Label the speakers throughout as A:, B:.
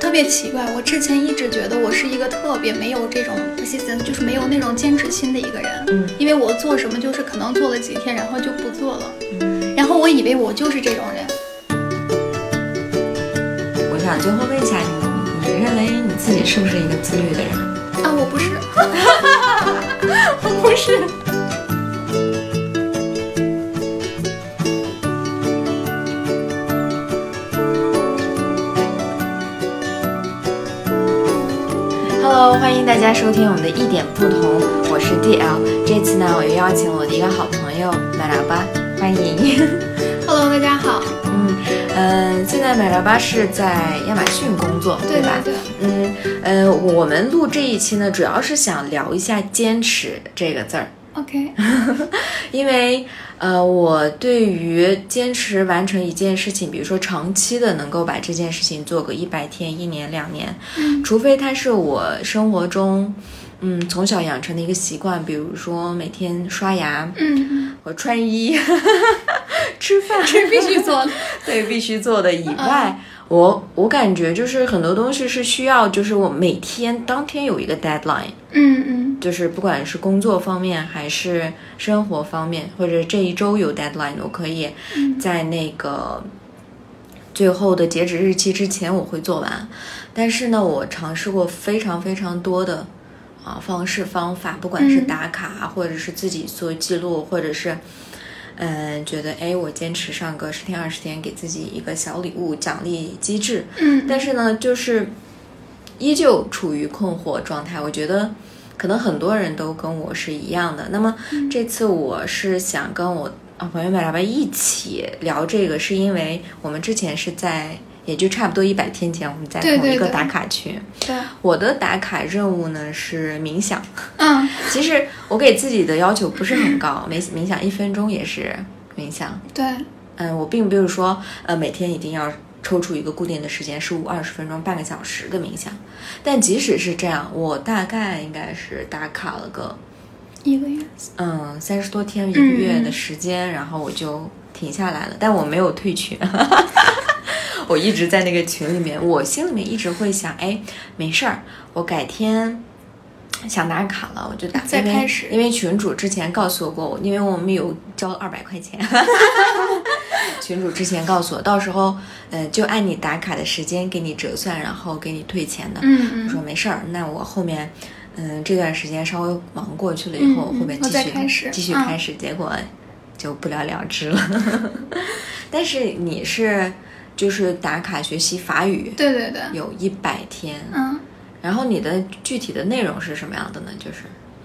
A: 特别奇怪，我之前一直觉得我是一个特别没有这种 persistence，就是没有那种坚持心的一个人。
B: 嗯
A: 因为我做什么就是可能做了几天，然后就不做了。然后我以为我就是这种人。
B: 我想最后问一下你，你认为你自己是不是一个自律的人？
A: 啊，我不是，我不是。
B: Hello，欢迎大家收听我们的一点不同，我是 DL。这次呢，我又邀请了我的一个好朋友马喇叭，欢迎。
A: Hello，大家好。
B: 嗯呃，现在马喇叭是在亚马逊工作，
A: 对
B: 吧？
A: 对，
B: 嗯呃，我们录这一期呢，主要是想聊一下“坚持”这个字儿，
A: OK，
B: 因为呃，我对于坚持完成一件事情，比如说长期的能够把这件事情做个一百天、一年、两年，
A: 嗯
B: 除非它是我生活中。嗯，从小养成的一个习惯，比如说每天刷牙
A: 嗯，
B: 和穿衣、 吃饭，
A: 这是必须做的。
B: 对必须做的以外，我我感觉就是很多东西是需要，就是我每天当天有一个 deadline，
A: 嗯嗯
B: 就是不管是工作方面还是生活方面，或者这一周有 deadline，我可以
A: 嗯
B: 在那个最后的截止日期之前我会做完。但是呢，我尝试过非常非常多的啊方式方法，不管是
A: 嗯
B: 打卡，啊或者是自己做记录，或者是。嗯，觉得哎，我坚持上个十天二十天，给自己一个小礼物奖励机制，
A: 嗯，
B: 但
A: 是
B: 是呢，就是依旧处于困惑状态。我觉得可能很多人都跟我是一样的。那么
A: 嗯
B: 这次我是想跟我啊朋友们来吧一起聊这个，是因为我们之前是在也就差不多一百天前，我们在
A: 对
B: 同一
A: 对
B: 个
A: 对
B: 打卡群。
A: 对，
B: 我的打卡任务呢是冥想。
A: 嗯，
B: 其实我给自己的要求不是很高，冥冥想一分钟也是冥想。
A: 对，
B: 嗯，我并不是说呃每天一定要抽出一个固定的时间，十五、二十分钟、半个小时的冥想。但即使是这样，我大概应该是打卡了个
A: 一个月。
B: 嗯三十多天、一个月
A: 嗯
B: 的时间，然后我就停下来了。但我没有退群， 我一直在那个群里面。我心里面一直会想，哎，没事儿，我改天。想打卡了，我就打
A: 再
B: 因为
A: 开始
B: 因为群主之前告诉我过，我因为我们有交二百块钱， 群主之前告诉我，到时候呃就按你打卡的时间给你折算，然后给你退钱的。
A: 嗯
B: 我说
A: 嗯。
B: 没事儿，那我后面嗯、这段时间稍微忙过去了以后，
A: 嗯嗯
B: 后面
A: 我
B: 继
A: 再
B: 续
A: 开始
B: 继续
A: 嗯
B: 开始，结果就不了了之了。 但是你是就是打卡学习法语
A: 对对对，
B: 有一百天，
A: 嗯。
B: 然后你的具体的内容是什么样的呢？就是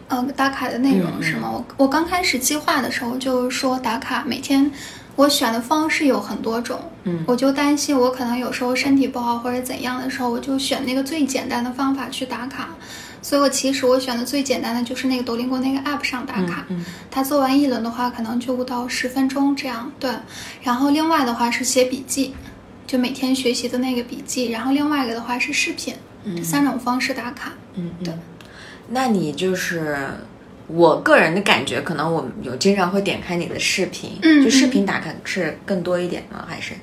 A: 呃打卡的内
B: 嗯
A: 容
B: 嗯
A: 是吗？我我刚开始计划的时候就说打卡每天，我选的方式有很多种，
B: 嗯
A: 我就担心我可能有时候身体不好或者怎样的时候，我就选那个最简单的方法去打卡。所以我其实我选的最简单的就是那个抖音国那个 app 上打卡，
B: 嗯
A: 它做完一轮的话可能就五到十分钟这样，对。然后另外的话是写笔记，就每天学习的那个笔记，然后另外一个的话是视频，这三种方式打卡。
B: 嗯，嗯
A: 对
B: 那你就是我个人的感觉，可能我有经常会点开你的视频，
A: 嗯
B: 就视频打卡是更多一点吗？还是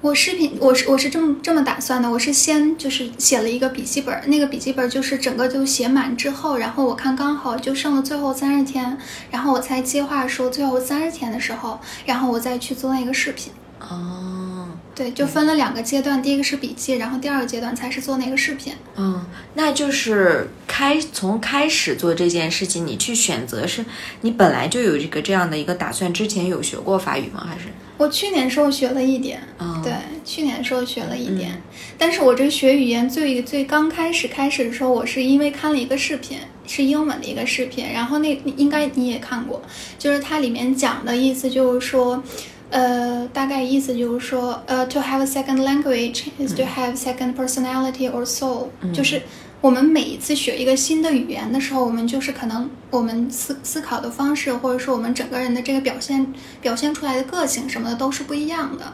A: 我视频，我是我是这么这么打算的，我是先就是写了一个笔记本儿，那个笔记本儿就是整个就写满之后，然后我看刚好就剩了最后三十天，然后我才计划说最后三十天的时候，然后我再去做那个视频。
B: 哦，
A: 对，就分了两个阶段，第一个是笔记，然后第二个阶段才是做那个视频。
B: 嗯，那就是开从开始做这件事情，你去选择是你本来就有一个这样的一个打算，之前有学过法语吗？还是
A: 我去年时候学了一点，
B: 嗯
A: 对，去年时候学了一点，但是我这学语言最最刚开始开始的时候，我是因为看了一个视频，是英文的一个视频，然后那应该你也看过，就是它里面讲的意思就是说。呃，大概意思就是说，呃，to have a second language is to have second personality or soul，、就是
B: 嗯
A: 我们每一次学一个新的语言的时候，我们就是可能我们思思考的方式，或者说我们整个人的这个表现表现出来的个性什么的都是不一样的。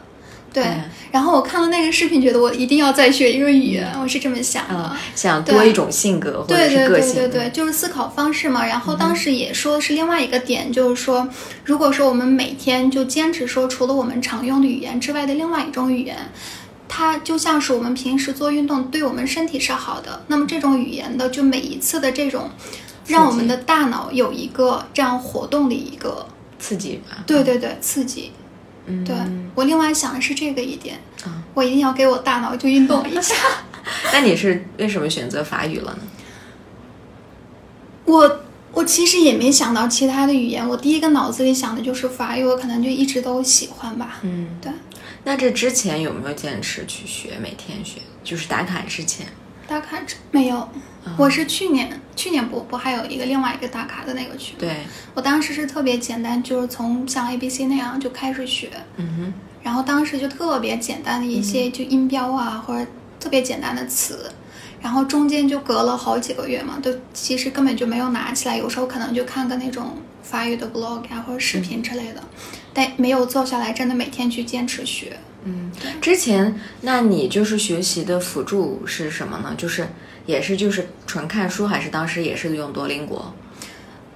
A: 对，
B: 嗯
A: 然后我看了那个视频，觉得我一定要再学一个语言，我是这么想的。
B: 嗯，想多一种性格或者
A: 呃对
B: 是
A: 对
B: 个
A: 对
B: 性？嗯
A: 对对，就是思考方式嘛。然后当时也说的是另外一个点，就是说，如果说我们每天就坚持说，除了我们常用的语言之外的另外一种语言，它就像是我们平时做运动对我们身体是好的。那么这种语言的，就每一次的这种，让我们的大脑有一个这样活动的一个，
B: 刺激吧，
A: 对对对，刺激。
B: 嗯，
A: 对我另外想的是这个一点
B: 啊，
A: 我一定要给我大脑就运动一下。
B: 那你是为什么选择法语了呢？
A: 我我其实也没想到其他的语言，我第一个脑子里想的就是法语，我可能就一直都喜欢吧。
B: 嗯，
A: 对。
B: 那这之前有没有坚持去学，每天学，就是打卡之前？
A: 打卡之没有，
B: 啊
A: 我是去年去年不不还有一个另外一个打卡的那个群，
B: 对，
A: 我当时是特别简单，就是从像 A B C 那样就开始学，
B: 嗯
A: 然后当时就特别简单的一些就音标啊，或者特别简单的词，然后中间就隔了好几个月嘛，都其实根本就没有拿起来，有时候可能就看个那种法语的 blog 啊或者视频之类的，但没有坐下来真的每天去坚持学。
B: 哼，之前那你就是学习的辅助是什么呢？就是也是就是纯看书，还是当时也是用多邻国？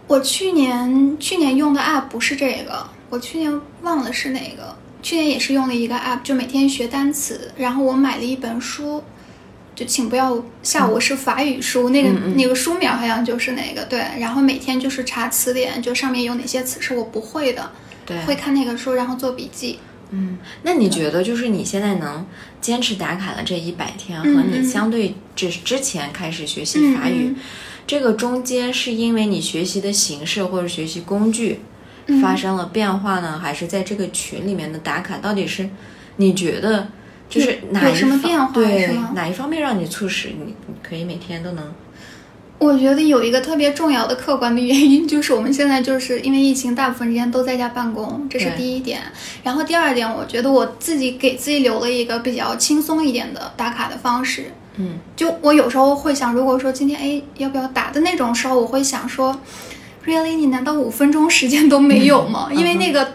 A: 我去年去年用的 app 不是这个，我去年忘了是哪个。去年也是用了一个 app，就每天学单词。然后我买了一本书，就请不要下午是法语书，那个、那个书名好像就是那个对。然后每天就是查词典，就上面有哪些词是我不会的，
B: 对
A: 会看那个书，然后做笔记。
B: 嗯，那你觉得就是你现在能坚持打卡的这一百天，和
A: 嗯
B: 你
A: 嗯
B: 相对之之前开始学习法语，
A: 嗯嗯
B: 这个中间是因为你学习的形式或者学习工具
A: 嗯
B: 发生了变化呢，还是在这个群里面的打卡，到底是你觉得就是
A: 有
B: 哪一
A: 有什么
B: 方
A: 变化
B: 对
A: 是吗
B: 哪一方面让你促使你你可以每天都能
A: 我觉得有一个特别重要的客观的原因，就是我们现在就是因为疫情，大部分时间都在家办公，这是
B: 对
A: 第一点。然后第二点，我觉得我自己给自己留了一个比较轻松一点的打卡的方式。
B: 嗯，
A: 就我有时候会想，如果说今天哎要不要打的那种时候，我会想说，really 你难道五分钟时间都没有吗？因为那个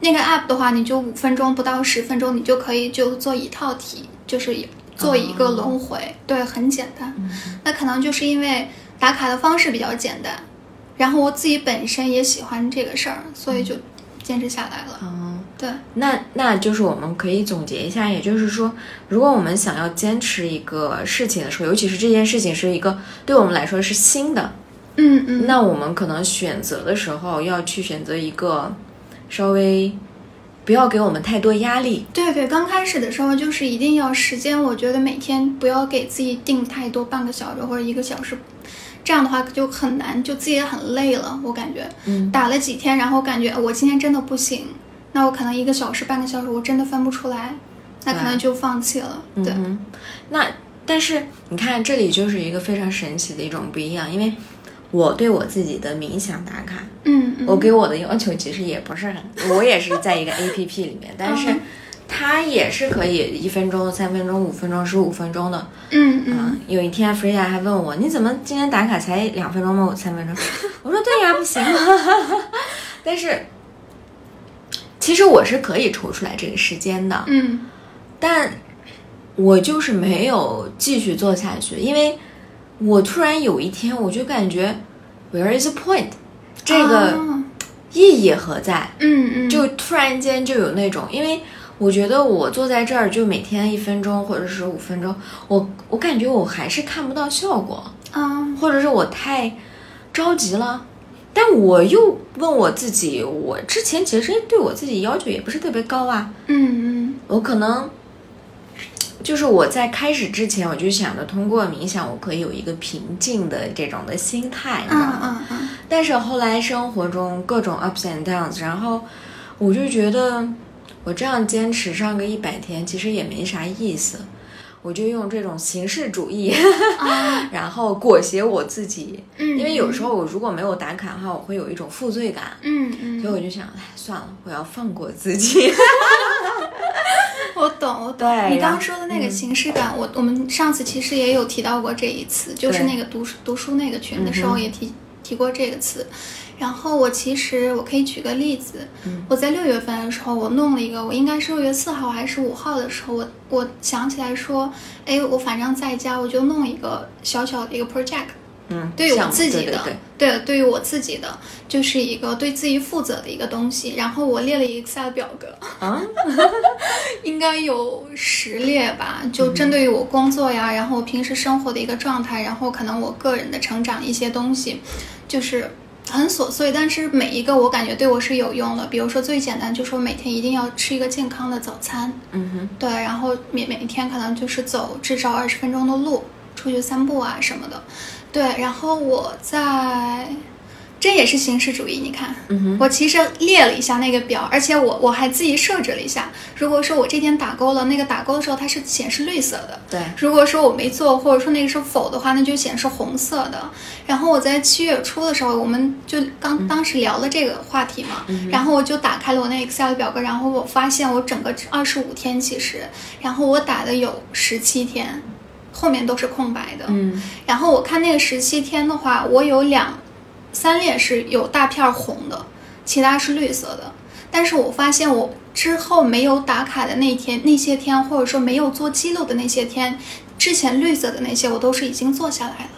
A: 那个 app 的话，你就五分钟不到十分钟，你就可以就做一套题，就是做一个轮回，对，很简单。那可能就是因为打卡的方式比较简单，然后我自己本身也喜欢这个事儿，所以就坚持下来了。
B: 嗯。
A: 对，
B: 那那就是我们可以总结一下，也就是说，如果我们想要坚持一个事情的时候，尤其是这件事情是一个对我们来说是新的，
A: 嗯嗯，
B: 那我们可能选择的时候要去选择一个稍微不要给我们太多压力，
A: 对对，刚开始的时候就是一定要时间，我觉得每天不要给自己定太多，半个小时或者一个小时，这样的话就很难，就自己也很累了。我感觉，
B: 嗯
A: 打了几天，然后感觉呃我今天真的不行，那我可能一个小时、半个小时我真的分不出来，那可能就放弃了。对，
B: 嗯，那但是你看，这里就是一个非常神奇的一种不一样，因为我对我自己的冥想打卡，
A: 嗯嗯，
B: 我给我的要求其实也不是很，我也是在一个 A P P 里面，但是
A: 嗯
B: 它也是可以一分钟、三分钟、五分钟、十五分钟的。
A: 嗯
B: 嗯
A: 嗯，，
B: 有一天 Freya 还问我，你怎么今天打卡才两分钟吗？我三分钟。我说对呀，不行吗。 但是其实我是可以抽出来这个时间的，
A: 嗯
B: 但我就是没有继续做下去，因为我突然有一天我就感觉 Where is the point？这个
A: 啊
B: 意义何在？
A: 嗯嗯，
B: 就突然间就有那种，因为我觉得我坐在这儿就每天一分钟或者是五分钟，我我感觉我还是看不到效果，
A: 啊，
B: 或者是我太着急了。但我又问我自己，我之前其实对我自己要求也不是特别高啊，
A: 嗯嗯
B: 我可能就是我在开始之前我就想着通过冥想，我可以有一个平静的这种的心态，你知道吗
A: 嗯嗯嗯，
B: 但是后来生活中各种 ups and downs，然后我就觉得我这样坚持上个一百天其实也没啥意思，我就用这种形式主义，
A: 啊，
B: 然后裹挟我自己。
A: 嗯，
B: 因为有时候我如果没有打卡的话，我会有一种负罪感，
A: 嗯嗯，
B: 所以我就想，哎，算了，我要放过 自己。
A: 我懂，我懂。
B: 对
A: 你刚
B: 然嗯
A: 刚说的那个形式感，我我们上次其实也有提到过这一次，就是
B: 对嗯
A: 那个读书读书那个群的时候也提、提过这个词。然后我其实我可以举个例子，
B: 嗯
A: 我在六月份的时候，我弄了一个，我应该是六月四号还是五号的时候，我我想起来说，哎，我反正在家，我就弄一个小小的一个 project，
B: 嗯，
A: 对我
B: 项目
A: 自己
B: 对
A: 的
B: 对
A: 对，对于我自己的就是一个对自己负责的一个东西。然后我列了一个 Excel 表格，
B: 啊，
A: 应该有十列吧，就
B: 嗯
A: 针对于我工作呀，然后我平时生活的一个状态，然后可能我个人的成长一些东西，就是很琐碎，但是每一个我感觉对我是有用的。比如说最简单，就说每天一定要吃一个健康的早餐，
B: 嗯哼，
A: 对，然后每每天可能就是走至少二十分钟的路，出去散步啊什么的。对，然后我在，这也是形式主义，你看，
B: 嗯哼，
A: 我其实列了一下那个表，而且我我还自己设置了一下，如果说我这天打勾了，那个打勾的时候它是显示绿色的。
B: 对，
A: 如果说我没做，或者说那个是否的话，那就显示红色的。然后我在七月初的时候，我们就刚当时聊了这个话题嘛，然后我就打开了我那 Excel 表格，然后我发现我整个二十五天其实，然后我打的有十七天，后面都是空白的。
B: 嗯
A: 然后我看那个十七天的话，我有两三列是有大片儿红的，其他是绿色的。但是我发现我之后没有打卡的那天那些天，或者说没有做记录的那些天，之前绿色的那些我都是已经做下来了。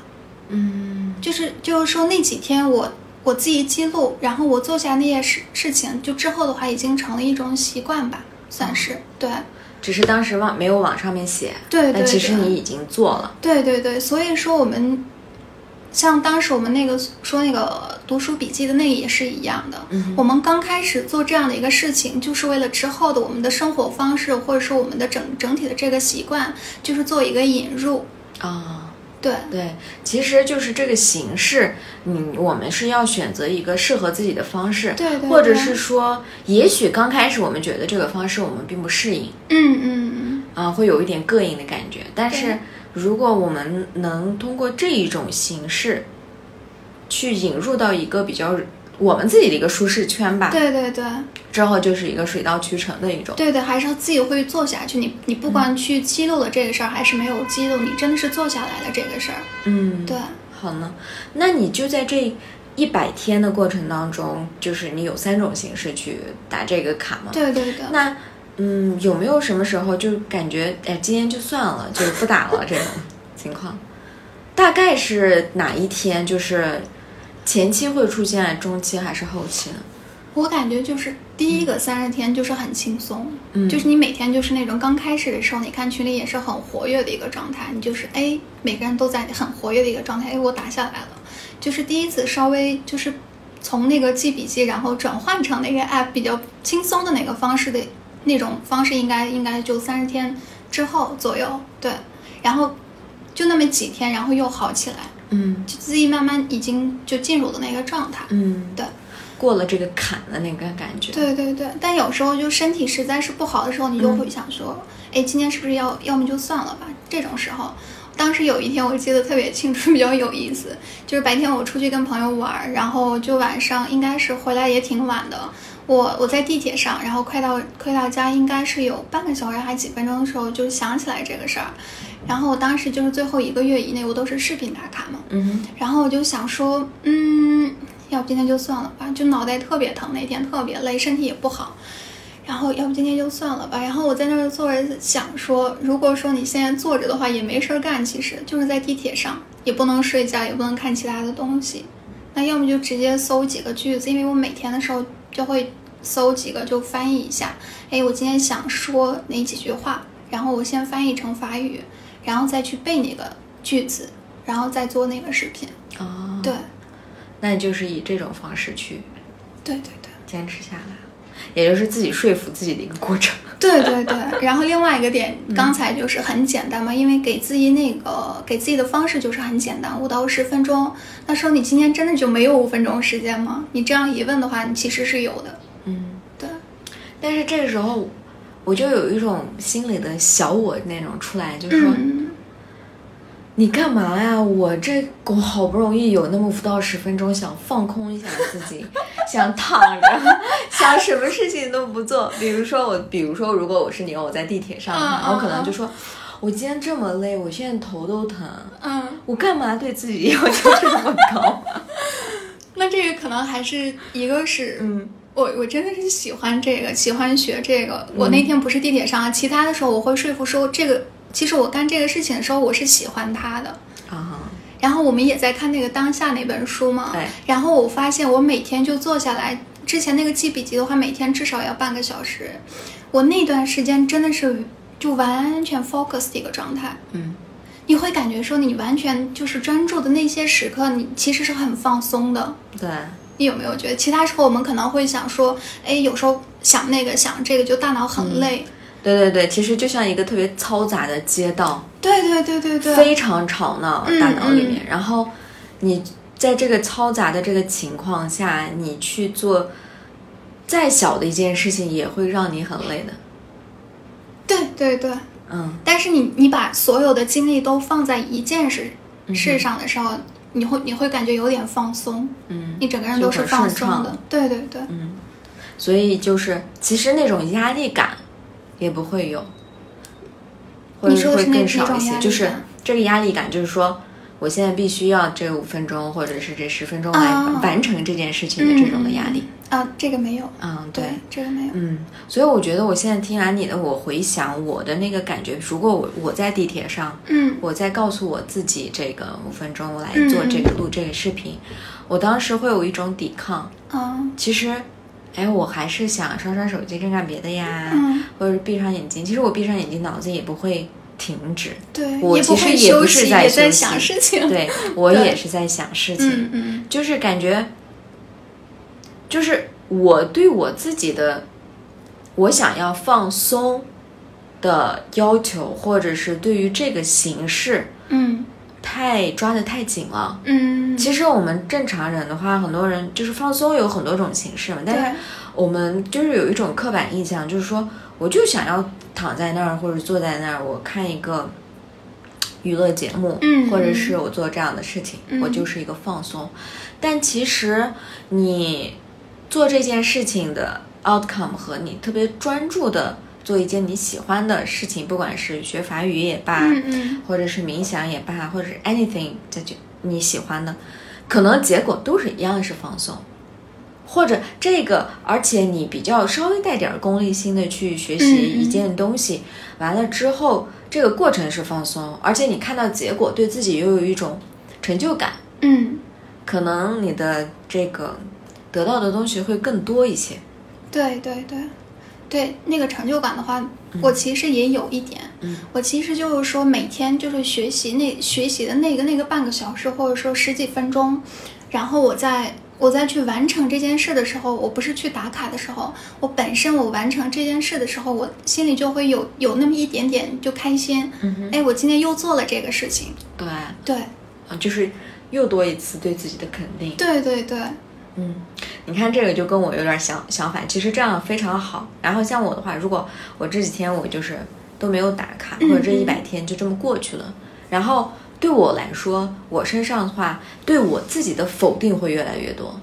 B: 嗯
A: 就是就是说那几天我我自己记录，然后我做下那些事事情，就之后的话已经成了一种习惯吧，算是对。
B: 只是当时往没有往上面写，
A: 对对
B: 但其实
A: 对
B: 你已经做了，
A: 对对对，所以说我们像当时我们那个说那个读书笔记的那个也是一样的。
B: 嗯
A: 我们刚开始做这样的一个事情，就是为了之后的我们的生活方式，或者说我们的整整体的这个习惯，就是做一个引入。
B: 啊。
A: 对
B: 对，其实就是这个形式，嗯，我们是要选择一个适合自己的方式，
A: 对对
B: 或
A: 对
B: 者是说，也许刚开始我们觉得这个方式我们并不适应，
A: 嗯嗯嗯，
B: 啊、会有一点膈应的感觉。但是
A: 对
B: 如果我们能通过这一种形式，去引入到一个比较我们自己的一个舒适圈吧，
A: 对对对
B: 之后就是一个水到渠成的一种。
A: 对对，还是要自己会做下去。你你不管去记录了这个事儿，还是没有记录，你真的是做下来了这个事儿。
B: 嗯，
A: 对。
B: 好呢，那你就在这一百天的过程当中，就是你有三种形式去打这个卡吗？
A: 对对对。
B: 那嗯，有没有什么时候就感觉哎，今天就算了，就不打了这种情况？ 大概是哪一天？就是前期会出现，中期还是后期呢？
A: 我感觉就是第一个三十天就是很轻松，
B: 嗯
A: 就是你每天就是那种刚开始的时候，你看群里也是很活跃的一个状态，你就是哎，每个人都在很活跃的一个状态，哎，我打下来了，就是第一次稍微就是从那个记笔记，然后转换成那个 app 比较轻松的那个方式的那种方式应，该应该就三十天之后左右，对，然后就那么几天，然后又好起来，
B: 嗯
A: 就自己慢慢已经就进入了那个状态，
B: 嗯，
A: 对。
B: 过了这个坎的那个感觉。
A: 对对对，但有时候就身体实在是不好的时候，你就会想说，哎、今天是不是要要么就算了吧？这种时候，当时有一天我记得特别清楚，比较有意思，就是白天我出去跟朋友玩儿，然后就晚上应该是回来也挺晚的，我我在地铁上，然后快到快到家应该是有半个小时还几分钟的时候，就想起来这个事儿，然后我当时就是最后一个月以内我都是视频打卡嘛，
B: 嗯哼，
A: 然后我就想说，嗯，要不今天就算了吧，就脑袋特别疼，那天特别累，身体也不好。然后要不今天就算了吧。然后我在那儿坐着想说，如果说你现在坐着的话也没事儿干，其实就是在地铁上，也不能睡觉，也不能看其他的东西。那要么就直接搜几个句子，因为我每天的时候就会搜几个，就翻译一下。哎，我今天想说哪几句话，然后我先翻译成法语，然后再去背那个句子，然后再做那个视频。
B: 哦，
A: 对，
B: 那就是以这种方式去
A: 对对对。
B: 坚持下来了，也就是自己说服自己的一个过程。
A: 对对对，然后另外一个点，
B: 嗯
A: 刚才就是很简单嘛，因为给自己那个给自己的方式就是很简单，五到十分钟。那说你今天真的就没有五分钟时间吗？你这样一问的话，你其实是有的。
B: 嗯，
A: 对，
B: 但是这个时候我就有一种心里的小我那种出来，就是说。
A: 嗯，
B: 你干嘛呀？我这我好不容易有那么不到十分钟，想放空一下自己， 想躺着， 想什么事情都不做。比如说我，比如说如果我是你，我在地铁上的话，
A: 嗯嗯
B: 我可能就说，我今天这么累，我现在头都疼，
A: 嗯，
B: 我干嘛对自己要求这么高？
A: 那这个可能还是一个是，
B: 嗯
A: 我我真的是喜欢这个，喜欢学这个。我
B: 嗯
A: 那天不是地铁上啊，其他的时候我会说服说这个，其实我干这个事情的时候我是喜欢它的。
B: 啊，
A: 然后我们也在看那个当下那本书嘛，
B: 对
A: 然后我发现我每天就坐下来，之前那个记笔记的话，每天至少要半个小时，我那段时间真的是就完全 focus 的一个状态，
B: 嗯，
A: 你会感觉说你完全就是专注的那些时刻，你其实是很放松的，
B: 对，
A: 你有没有觉得？其他时候我们可能会想说，哎，有时候想那个想这个，就大脑
B: 嗯
A: 很累。
B: 对对对，其实就像一个特别嘈杂的街道，
A: 对对对对对，
B: 非常吵闹，
A: 嗯
B: 大脑里面，然后你在这个嘈杂的这个情况下，你去做再小的一件事情，也会让你很累的。
A: 对对对。
B: 嗯，
A: 但是你你把所有的精力都放在一件事事上的时候，你会你会感觉有点放松，
B: 嗯，
A: 你整个人都是放松
B: 就很顺嗯
A: 的。对对对，
B: 所以就是其实那种压力感也不会有，或者
A: 你说的
B: 会
A: 是那
B: 更少
A: 哪
B: 一
A: 种压
B: 些。
A: 力
B: 就是
A: 感
B: 这个压力感，就是说我现在必须要这五分钟或者是这十分钟来
A: 啊
B: 完成这件事情的这种的压力。
A: 啊，这个没有，
B: 嗯，对。
A: 这个没有。
B: 嗯，所以我觉得我现在听完你的，我回想我的那个感觉，如果我我在地铁上，
A: 嗯
B: 我在告诉我自己这个五分钟我来
A: 嗯
B: 做这个
A: 嗯
B: 录这个视频，我当时会有一种抵抗。
A: 啊
B: 其实，哎，我还是想刷刷手机干干别的呀，
A: 嗯，
B: 或者是闭上眼睛。其实我闭上眼睛，脑子也不会停止，
A: 对，
B: 我
A: 也不
B: 其实
A: 会
B: 也不
A: 休
B: 是
A: 息，
B: 在
A: 也
B: 休
A: 在
B: 息
A: 想事情。
B: 对我
A: 嗯对
B: 也是在想事情。
A: 嗯嗯
B: 就是感觉，就是我对我自己的，我想要放松的要求，或者是对于这个形式
A: 嗯
B: 太抓得太紧了。
A: 嗯，
B: 其实我们正常人的话，很多人就是放松有很多种形式嘛，但是
A: 对，
B: 我们就是有一种刻板印象，就是说我就想要躺在那儿或者坐在那儿，我看一个娱乐节目，
A: 嗯
B: 或者是我做这样的事情，
A: 嗯
B: 我就是一个放松。但其实你做这件事情的 outcome 和你特别专注的做一件你喜欢的事情，不管是学法语也罢，
A: 嗯嗯，
B: 或者是冥想也罢，或者是 anything，这就你喜欢的，可能结果都是一样是放松，或者这个，而且你比较稍微带点儿功利心的去学习
A: 嗯嗯
B: 一件东西，完了之后这个过程是放松，而且你看到结果，对自己又有一种成就感，
A: 嗯，
B: 可能你的这个得到的东西会更多一些。
A: 对对对，对那个成就感的话，我其实也有一点。
B: 嗯
A: 我其实就是说，每天就是学习那学习的那个那个半个小时，或者说十几分钟，然后我在我再去完成这件事的时候，我不是去打卡的时候，我本身我完成这件事的时候，我心里就会有有那么一点点就开心。
B: 嗯哼，
A: 哎，我今天又做了这个事情。
B: 对，
A: 对
B: 呃就是又多一次对自己的肯定。
A: 对对对，
B: 嗯，你看这个就跟我有点相相反，其实这样非常好。然后像我的话，如果我这几天我就是都没有打卡，或
A: 嗯
B: 者这一百天就这么过去了，然后对我来说，我身上的话，对我自己的否定会越来越多，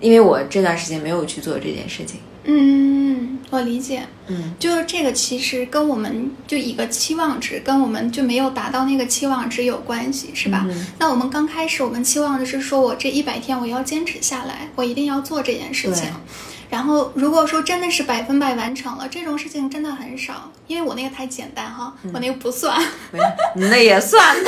B: 因为我这段时间没有去做这件事情。
A: 嗯，我理解。
B: 嗯
A: 就是这个，其实跟我们就一个期望值，跟我们就没有达到那个期望值有关系，是吧？
B: 嗯
A: 那我们刚开始，我们期望的是说，我这一百天我要坚持下来，我一定要做这件事情
B: 对。
A: 然后，如果说真的是百分百完成了，这种事情真的很少，因为我那个太简单哈，
B: 嗯
A: 我那个不算。
B: 没有，你那也算。嗯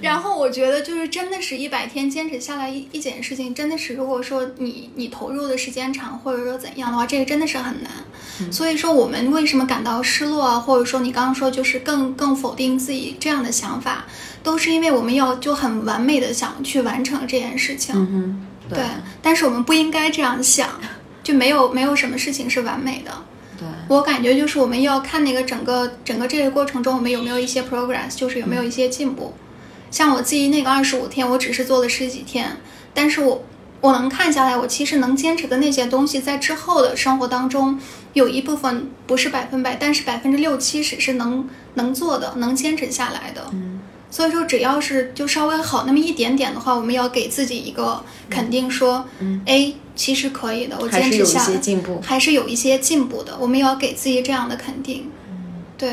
A: 然后我觉得就是真的是一百天坚持下来一一件事情，真的是如果说你你投入的时间长，或者说怎样的话，这个真的是很难。
B: 嗯
A: 所以说我们为什么感到失落啊，或者说你刚刚说就是更更否定自己这样的想法，都是因为我们要就很完美的想去完成这件事情。
B: 嗯哼，对
A: 对，但是我们不应该这样想，就没有没有什么事情是完美的。
B: 对
A: 我感觉就是我们要看那个整个整个这个过程中，我们有没有一些 progress，就是有没有一些进步。像我自己那个二十五天，我只是做了十几天，但是我我能看下来，我其实能坚持的那些东西，在之后的生活当中，有一部分不是百分百，但是百分之六七十是能能做的，能坚持下来的。
B: 嗯
A: 所以说，只要是就稍微好那么一点点的话，我们要给自己一个肯定，说，
B: 嗯
A: 哎，其实可以的，我
B: 还
A: 坚
B: 是
A: 持
B: 有一
A: 下来。
B: 些进步。
A: 还是有一些进步的，我们也要给自己这样的肯定。
B: 嗯
A: 对，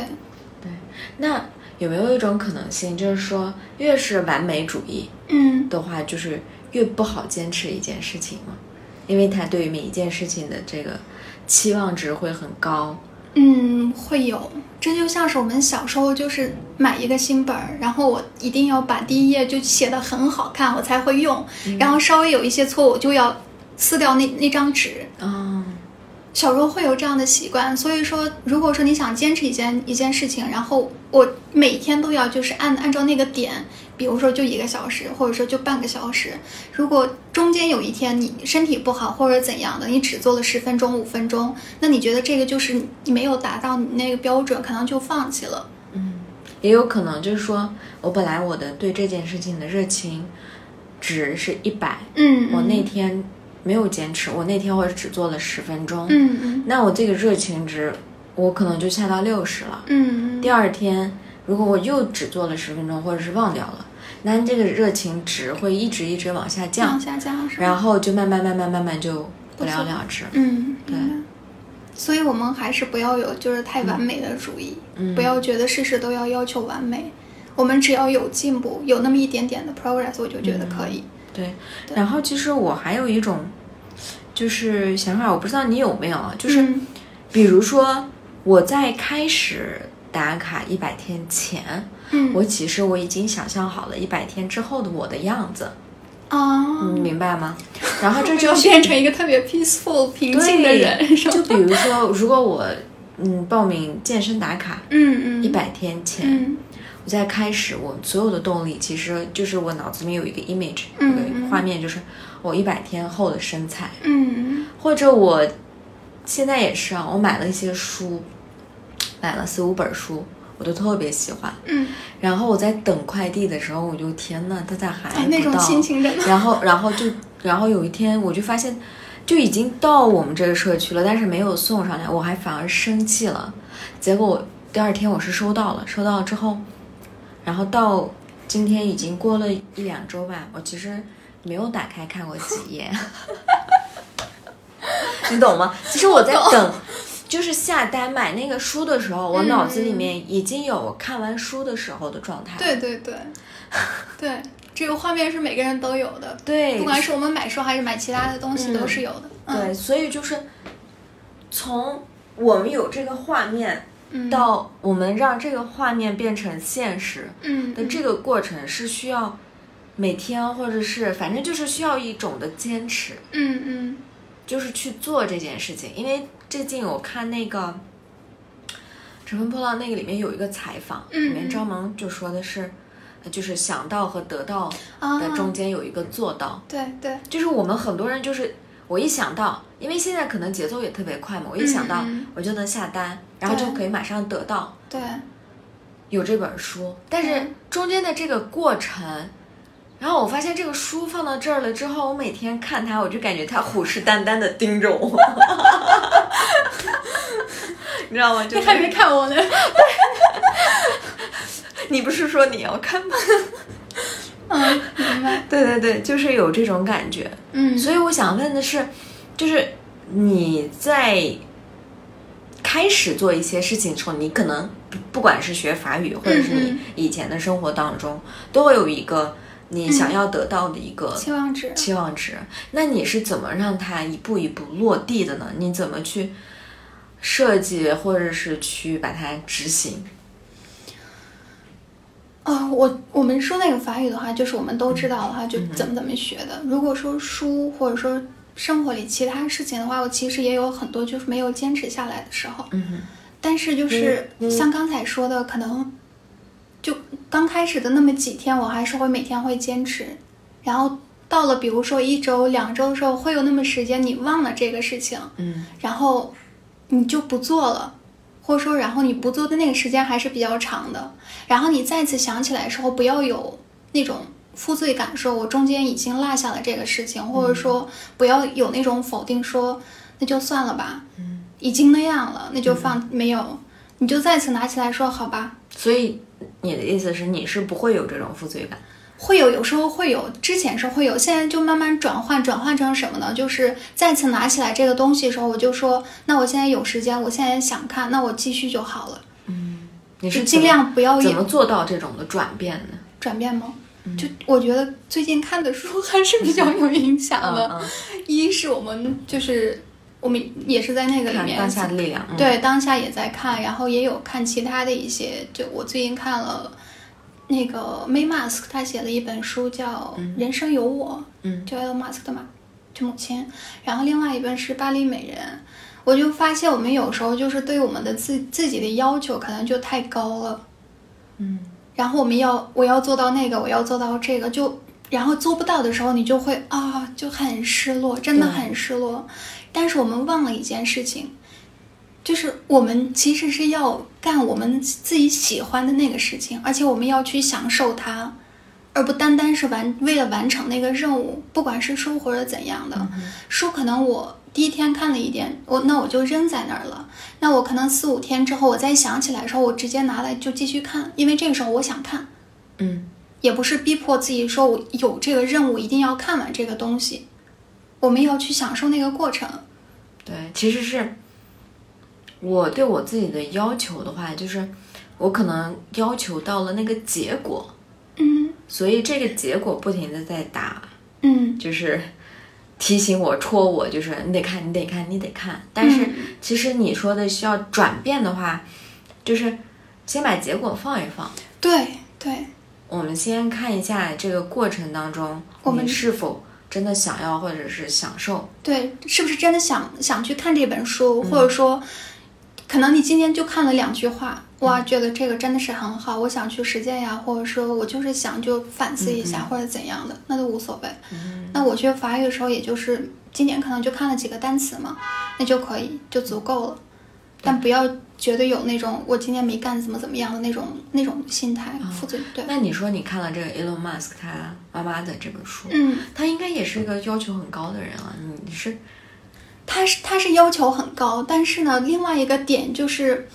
B: 那有没有一种可能性，就是说越是完美主义，
A: 嗯，
B: 的话，就是越不好坚持一件事情嘛，因为他对于每一件事情的这个期望值会很高，
A: 嗯，会有，这就像是我们小时候就是买一个新本儿，然后我一定要把第一页就写的很好看，我才会用，
B: 嗯
A: 然后稍微有一些错误就要撕掉那那张纸。
B: 哦，
A: 小时候会有这样的习惯，所以说，如果说你想坚持一件一件事情，然后我每天都要就是按按照那个点，比如说就一个小时，或者说就半个小时，如果中间有一天你身体不好或者怎样的，你只做了十分钟、五分钟，那你觉得这个就是你你没有达到你那个标准，可能就放弃了。
B: 也有可能就是说我本来我的对这件事情的热情值是一百，
A: 嗯，
B: 我那天没有坚持，我那天我只做了十分钟，
A: 嗯嗯
B: 那我这个热情值我可能就下到六十了。
A: 嗯
B: 第二天如果我又只做了十分钟，或者是忘掉了，那这个热情值会一直一直往下
A: 嗯，往
B: 降，
A: 下降是吧？
B: 然后就慢慢慢慢慢慢就不了了之。
A: 嗯，
B: 对
A: 明白。所以我们还是不要有就是太完美的主义，
B: 嗯
A: 不要觉得事事都要要求完美。我们只要有进步，有那么一点点的 progress，我就觉得可以。
B: 对，然后其实我还有一种就是想法，我不知道你有没有啊，就是
A: 嗯
B: 比如说我在开始打卡一百天前，
A: 嗯，
B: 我其实我已经想象好了一百天之后的我的样子，
A: 啊，
B: 你明白吗？然后这
A: 就
B: 就
A: 变成一个特别 peaceful 平静的
B: 对
A: 人，是吧？
B: 就比如说，如果我嗯报名健身打卡
A: 嗯嗯，
B: 一百天前，
A: 嗯
B: 我在开始我所有的动力，其实就是我脑子里面有一个 image，有
A: 嗯
B: 个
A: 嗯
B: 画面，就是我一百天后的身材，
A: 嗯
B: 或者我现在也是啊，我买了一些书，买了四五本书，我都特别喜欢。
A: 嗯，
B: 然后我在等快递的时候，我就天呐，它咋还
A: 哎，
B: 不
A: 那种
B: 到？
A: 心情 真的，
B: 然后，然后就，然后有一天我就发现，就已经到我们这个社区了，但是没有送上来，我还反而生气了。结果我第二天我是收到了，收到了之后，然后到今天已经过了一两周吧，我其实没有打开看过几页， 你懂吗？其实我在等。就是下单买那个书的时候，我脑子里面已经有看完书的时候的状态了。
A: 对对 对，对，这个画面是每个人都有的，
B: 对，
A: 不管是我们买书还是买其他的东西，
B: 嗯
A: 都是有的。嗯
B: 对，所以就是从我们有这个画面
A: 嗯，
B: 到我们让这个画面变成现实
A: 嗯
B: 的这个过程是需要每天或者是反正就是需要一种的坚持，
A: 嗯嗯
B: 就是去做这件事情。因为最近我看那个《乘风破浪》那个里面有一个采访，
A: 嗯
B: 里面
A: 嗯
B: 张萌就说的是，呃就是想到和得到
A: 啊，
B: 的中间有一个做到。
A: 对对，
B: 就是我们很多人就是我一想到，因为现在可能节奏也特别快嘛，我一
A: 嗯
B: 想到
A: 嗯
B: 我就能下单，然后
A: 对
B: 就可以马上得到
A: 对，
B: 有这本书，但是
A: 嗯
B: 中间的这个过程。然后我发现这个书放到这儿了之后，我每天看它，我就感觉它虎视眈眈的盯着我， 你知道吗？就
A: 你
B: 是
A: 还没看我呢。
B: 你不是说你要看吗？
A: 嗯，明 白。
B: 对对对，就是有这种感觉。
A: 嗯，
B: 所以我想问的是，就是你在开始做一些事情的时候，你可能不不管是学法语，或者是
A: 嗯
B: 你以前的生活当中，都会有一个你想要得到的一个
A: 期望值。
B: 期望值。那你是怎么让它一步一步落地的呢？你怎么去设计，或者是去把它执行？
A: 啊、我我们说那个法语的话，就是我们都知道的话，就怎么怎么学的。如果说书或者说生活里其他事情的话，我其实也有很多就是没有坚持下来的时候。
B: 嗯哼，
A: 但是就是像刚才说的，可能就刚开始的那么几天，我还是会每天会坚持，然后到了比如说一周、两周的时候，会有那么时间你忘了这个事情，
B: 嗯，
A: 然后你就不做了。或者说，然后你不做的那个时间还是比较长的，然后你再次想起来的时候，不要有那种负罪感，说我中间已经落下了这个事情，或者说不要有那种否定说，那就算了吧，嗯，已经那样了，
B: 嗯
A: 那就放、没有，你就再次拿起来说好吧。
B: 所以你的意思是你是不会有这种负罪感？
A: 会有，有时候会有，之前是会有，现在就慢慢转换，转换成什么呢？就是再次拿起来这个东西的时候，我就说，那我现在有时间，我现在想看，那我继续就好了，
B: 你
A: 就是尽
B: 怎么
A: 量不要
B: 怎
A: 有
B: 么嗯做到这种的转变呢？
A: 转变吗？就我觉得最近看的书还是比较有影响的。
B: 嗯
A: 一是我们就是我们也是在那个里
B: 看
A: 面
B: 当下的力量，嗯、
A: 对，当下也在看，然后也有看其他的一些，就我最近看了那个 May Musk，他写了一本书叫《人生有我》，
B: 嗯，
A: 就 Elon Musk 的嘛，就母亲。然后另外一本是《巴黎美人》，我就发现我们有时候就是对我们的自自己的要求可能就太高了，
B: 嗯，
A: 然后我们要我要做到那个，我要做到这个，就然后做不到的时候，你就会啊、就很失落，真的
B: 对
A: 很失落。但是我们忘了一件事情，就是我们其实是要干我们自己喜欢的那个事情，而且我们要去享受它，而不单单是完为了完成那个任务，不管是书或者怎样的。书可能我第一天看了一点，我那我就扔在那儿了。那我可能四五天之后，我再想起来的时候，我直接拿来就继续看，因为这个时候我想看，
B: 嗯，
A: 也不是逼迫自己说我有这个任务一定要看完这个东西，我们要去享受那个过程。
B: 对，其实是我对我自己的要求的话，就是我可能要求到了那个结果，
A: 嗯
B: 所以这个结果不停的在打，
A: 嗯
B: 就是提醒我、戳我，就是你得看，你得看，你得看。但是
A: 嗯
B: 其实你说的需要转变的话，就是先把结果放一放，
A: 对对，
B: 我们先看一下这个过程当中，
A: 我们
B: 你是否真的想要或者是享受。
A: 对，是不是真的想想去看这本书，或者说，可能你今天就看了两句话，哇，觉得这个真的是很好，我想去实践呀，或者说我就是想就反思一下、或者怎样的，那都无所谓。那我学法语的时候，也就是今年可能就看了几个单词嘛，那就可以就足够了，但不要觉得有那种我今天没干怎么怎么样的那种那种心态，负罪对，
B: 那你说你看了这个 Elon Musk 他妈妈的这本书，
A: 嗯。
B: 他应该也是一个要求很高的人啊。你是
A: 他是他是要求很高，但是呢，另外一个点就是，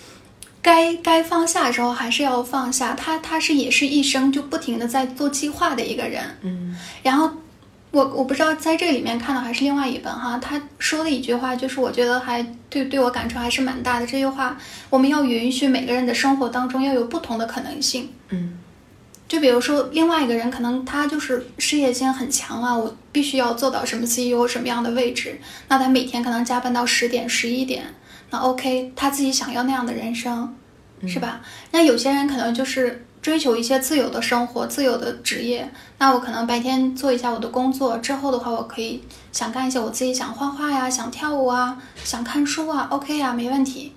A: 该该放下的时候还是要放下。他他是也是一生就不停的在做计划的一个人。
B: 嗯
A: 然后我我不知道在这里面看到还是另外一本哈，他说了一句话，就是我觉得还对对我感触还是蛮大的。这句话，我们要允许每个人的生活当中要有不同的可能性。
B: 嗯
A: 就比如说，另外一个人可能他就是事业心很强啊，我必须要做到什么 CEO 什么样的位置，那他每天可能加班到十点、十一点，那 OK，他自己想要那样的人生，是吧？那有些人可能就是追求一些自由的生活、自由的职业，那我可能白天做一下我的工作，之后的话我可以想干一些我自己想画画呀、想跳舞啊、想看书啊，OK 啊，没问题。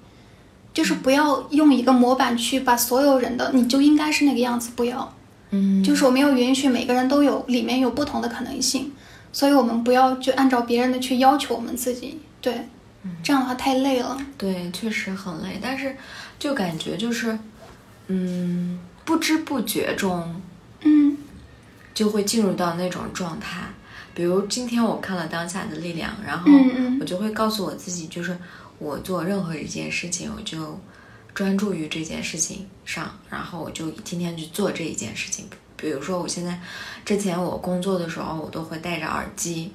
A: 就是不要用一个模板去把所有人的你就应该是那个样子，不要。
B: 嗯，
A: 就是我们要允许每个人都有里面有不同的可能性，所以我们不要就按照别人的去要求我们自己，对，
B: 嗯
A: 这样的话太累
B: 哦
A: 了。
B: 对，确实很累，但是就感觉就是，嗯，不知不觉中
A: 嗯
B: 就会进入到那种状态。比如今天我看了《当下的力量》，然后
A: 嗯嗯
B: 我就会告诉我自己，就是我做任何一件事情，我就专注于这件事情上，然后我就天天去做这一件事情。比如说，我现在之前我工作的时候，我都会戴着耳机，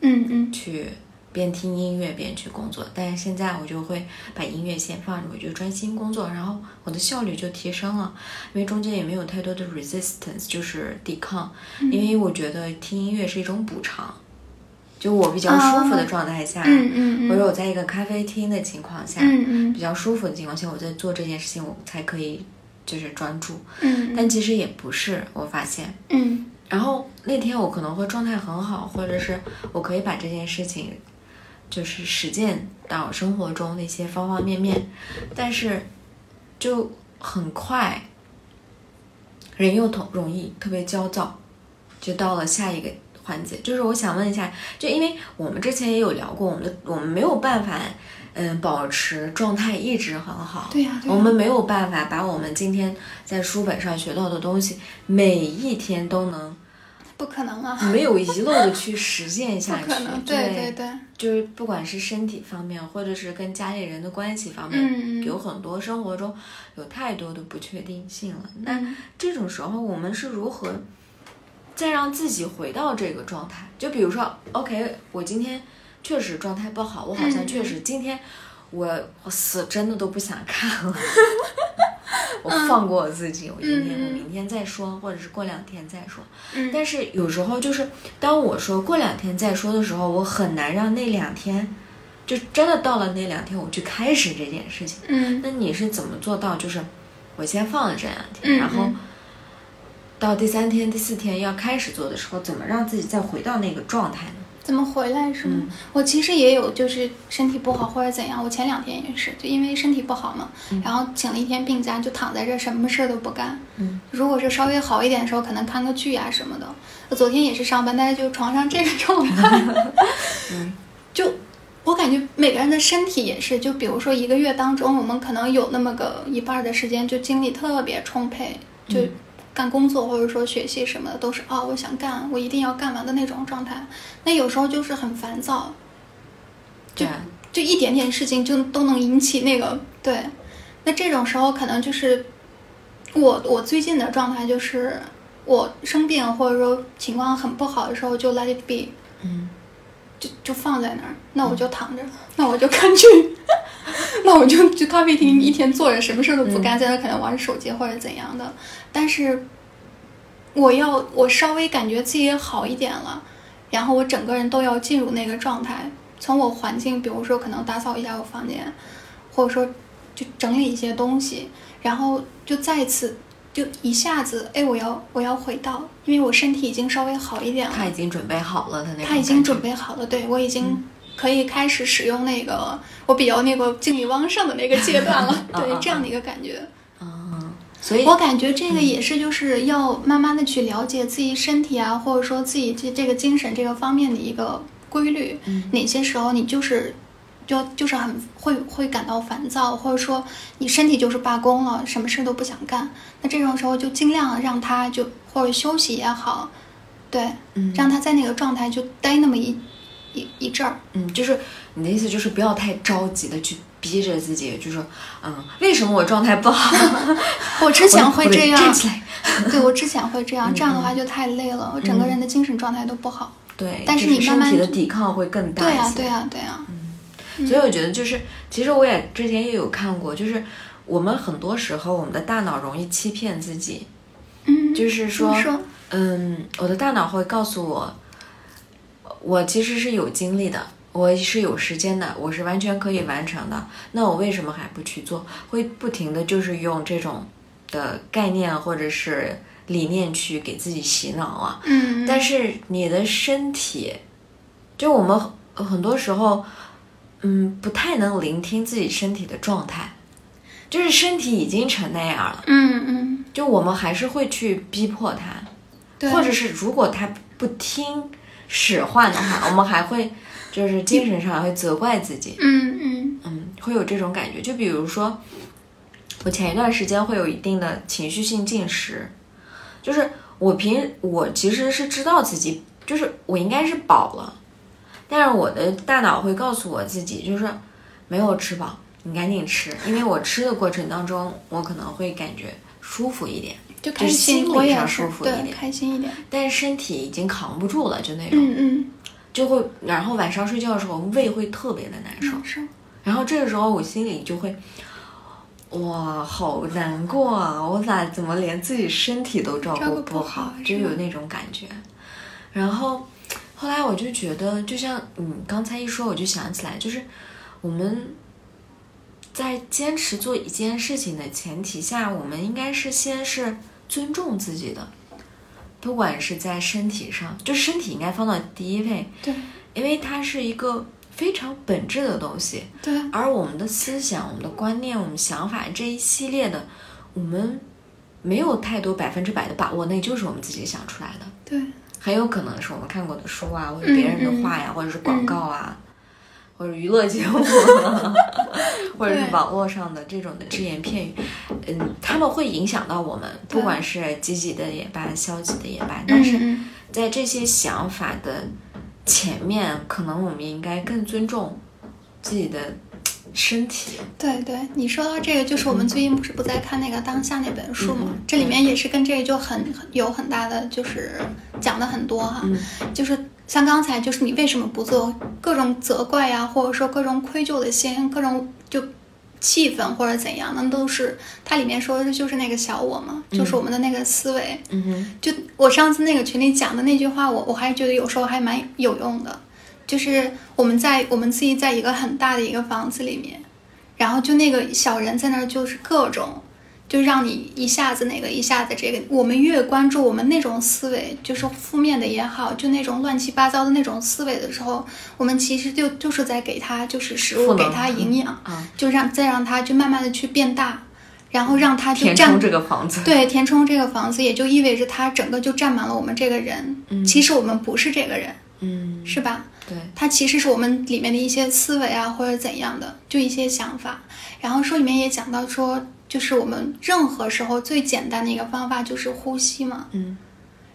A: 嗯嗯
B: 去边听音乐边去工作，但是现在我就会把音乐先放着，我就专心工作，然后我的效率就提升了，因为中间也没有太多的 resistance，就是抵抗，因为我觉得听音乐是一种补偿，就我比较舒服的状态下，
A: 嗯嗯
B: 或
A: 嗯
B: 者我在一个咖啡厅的情况下，
A: 嗯
B: 比较舒服的情况下，我在做这件事情，我才可以就是专注，
A: 嗯
B: 但其实也不是，我发现。
A: 嗯
B: 然后那天我可能会状态很好，或者是我可以把这件事情就是实践到生活中的一些方方面面，但是就很快，人又同容易特别焦躁，就到了下一个环节，就是我想问一下，就因为我们之前也有聊过，我们的我们没有办法，嗯，保持状态一直很好，
A: 对呀对呀
B: 我们没有办法把我们今天在书本上学到的东西，每一天都 能
A: 不可能啊，
B: 没有遗漏的去实践
A: 不
B: 下去
A: 可，能，
B: 对
A: 对对，
B: 就是不管是身体方面，或者是跟家里人的关系方面，
A: 嗯嗯
B: 有很多生活中有太多的不确定性了。那
A: 嗯
B: 这种时候，我们是如何再让自己回到这个状态？就比如说，OK，我今天确实状态不好，我好像
A: 嗯
B: 确实今天我我死真的都不想看了， 我放过我自己，我今天
A: 嗯嗯嗯
B: 我明天再说，或者是过两天再说。
A: 嗯，
B: 但是有时候就是，当我说过两天再说的时候，我很难让那两天就真的到了那两天，我去开始这件事情。
A: 嗯
B: 那你是怎么做到？就是我先放了这两天，
A: 嗯
B: 然后
A: 嗯
B: 到第三天、第四天要开始做的时候，怎么让自己再回到那个状态呢？
A: 怎么回来是
B: 嗯
A: 吗？我其实也有，就是身体不好或者怎样。我前两天也是，就因为身体不好嘛，然后请了一天病假，就躺在这儿，什么事儿都不干。
B: 嗯，
A: 如果是稍微好一点的时候，可能看个剧啊什么的。我昨天也是上班，但是就床上这个状态，
B: 嗯
A: 就我感觉每个人的身体也是，就比如说一个月当中，我们可能有那么个一半儿的时间，就精力特别充沛，就干工作或者说学习什么的，都是啊、我想干，我一定要干完的那种状态。那有时候就是很烦躁，就
B: 对啊，
A: 就一点点事情就都能引起那个对。那这种时候可能就是我我最近的状态就是我生病或者说情况很不好的时候就 let it be，
B: 嗯，
A: 就就放在那儿，那我就躺着，那我就看剧， 那我就去咖啡厅一天坐着什么事儿都不干，在那可能玩手机或者怎样的。但是我要我稍微感觉自己好一点了，然后我整个人都要进入那个状态。从我环境，比如说可能打扫一下我房间，或者说就整理一些东西，然后就再次就一下子，哎，我要我要回到，因为我身体已经稍微好一点了，
B: 他已经准备好了，他那个，
A: 他已经准备好了，对我已经可以开始使用那个、我比较那个精力旺盛的那个阶 段了
B: 啊啊
A: 对
B: 啊
A: 这样的一个感觉。
B: 啊，所以
A: 我感觉这个也是，就是要慢慢的去了解自己身体啊，或者说自己这这个精神这个方面的一个规律。哪些时候你就是就就是很会会感到烦躁，或者说你身体就是罢工了，什么事都不想干。那这种时候就尽量让他就或者休息也好，对，
B: 嗯
A: 让他在那个状态就待那么一一一阵儿。
B: 嗯，就是你的意思就是不要太着急的去逼着自己，就说嗯，为什么我状态不好？
A: 我之前会
B: 我得
A: 这样，
B: 站起来。
A: 对我之前会这样，这样的
B: 嗯
A: 话就太累了，我整个人的精神状态都不好。
B: 对，
A: 但是
B: 就
A: 你慢
B: 身体
A: 慢
B: 的抵抗会更大
A: 对
B: 一
A: 呀、
B: 些。
A: 对呀、啊对呀、
B: 所以我觉得就是，其实我也之前也有看过，就是我们很多时候我们的大脑容易欺骗自己，
A: 嗯，
B: 就是
A: 怎么
B: 说，
A: 说，
B: 嗯，我的大脑会告诉我，我其实是有精力的。我是有时间的，我是完全可以完成的。那我为什么还不去做？会不停的就是用这种的概念或者是理念去给自己洗脑啊。
A: 嗯，
B: 但是你的身体，就我们很很多时候，嗯，不太能聆听自己身体的状态，就是身体已经成那样了，
A: 嗯嗯，
B: 就我们还是会去逼迫他，
A: 对，
B: 或者是如果他不听使唤的话，我们还会就是精神上会责怪自己，
A: 嗯嗯
B: 嗯，会有这种感觉。就比如说，我前一段时间会有一定的情绪性进食，就是我平我其实是知道自己，就是我应该是饱了，但是我的大脑会告诉我自己，就是没有吃饱，你赶紧吃，因为我吃的过程当中，我可能会感觉舒服一点，
A: 就开
B: 是
A: 心，
B: 心
A: 我
B: 理
A: 也
B: 上
A: 是
B: 舒，服一
A: 对，
B: 点
A: 开心一点。
B: 但是身体已经扛不住了，就那种，
A: 嗯嗯，
B: 就会，然后晚上睡觉的时候胃会特别的难受。
A: 嗯是，
B: 然后这个时候我心里就会，哇，好难过啊！我咋怎么连自己身体都照
A: 照顾
B: 顾
A: 不
B: 好
A: 好，
B: 就是有
A: 吧
B: 那种感觉。然后后来我就觉得，就像你刚才一说，我就想起来，就是我们在坚持做一件事情的前提下，我们应该是先是尊重自己的。不管是在身体上，就身体应该放到第一位，
A: 对
B: 因为它是一个非常本质的东西。
A: 对，
B: 而我们的思想、我们的观念、我们想法这一系列的，我们没有太多百分之百的把握，那就是我们自己想出来的，
A: 对，
B: 很有可能是我们看过的书啊，或者别人的话呀，或者是广告啊，或者娱乐节目啊，或者是网络上的这种的只言片语，嗯，他们会影响到我们，不管是积极的也罢，消极的也罢，但是
A: 嗯
B: 在这些想法的前面，可能我们应该更尊重自己的身体。
A: 嗯，对对，你说到这个，就是我们最近不是不在看那个《当下》那本书嘛
B: 嗯嗯，
A: 这里面也是跟这个就很很有很大的就是讲的很多哈，
B: 嗯
A: 就是像刚才就是你为什么不做，各种责怪呀、或者说各种愧疚的心，各种就气愤或者怎样，那都是它里面说的就是那个小我嘛，就是我们的那个思维。
B: 嗯嗯哼，
A: 就我上次那个群里讲的那句话，我我还觉得有时候还蛮有用的。就是我们在我们自己在一个很大的一个房子里面，然后就那个小人在那儿就是各种，就让你一下子那个一下子这个，我们越关注我们那种思维，就是负面的也好，就那种乱七八糟的那种思维的时候，我们其实就就是在给他就是食
B: 赋
A: 物，
B: 能
A: 给他营养，
B: 啊，
A: 就让再让他就慢慢的去变大，然后让他就
B: 填
A: 占
B: 充这个房子，
A: 对，填充这个房子，也就意味着它整个就占满了我们这个人。其实我们不是这个人，
B: 嗯，
A: 是吧？
B: 对，
A: 它其实是我们里面的一些思维啊，或者怎样的，就一些想法。然后书里面也讲到说，就是我们任何时候最简单的一个方法就是呼吸嘛。
B: 嗯。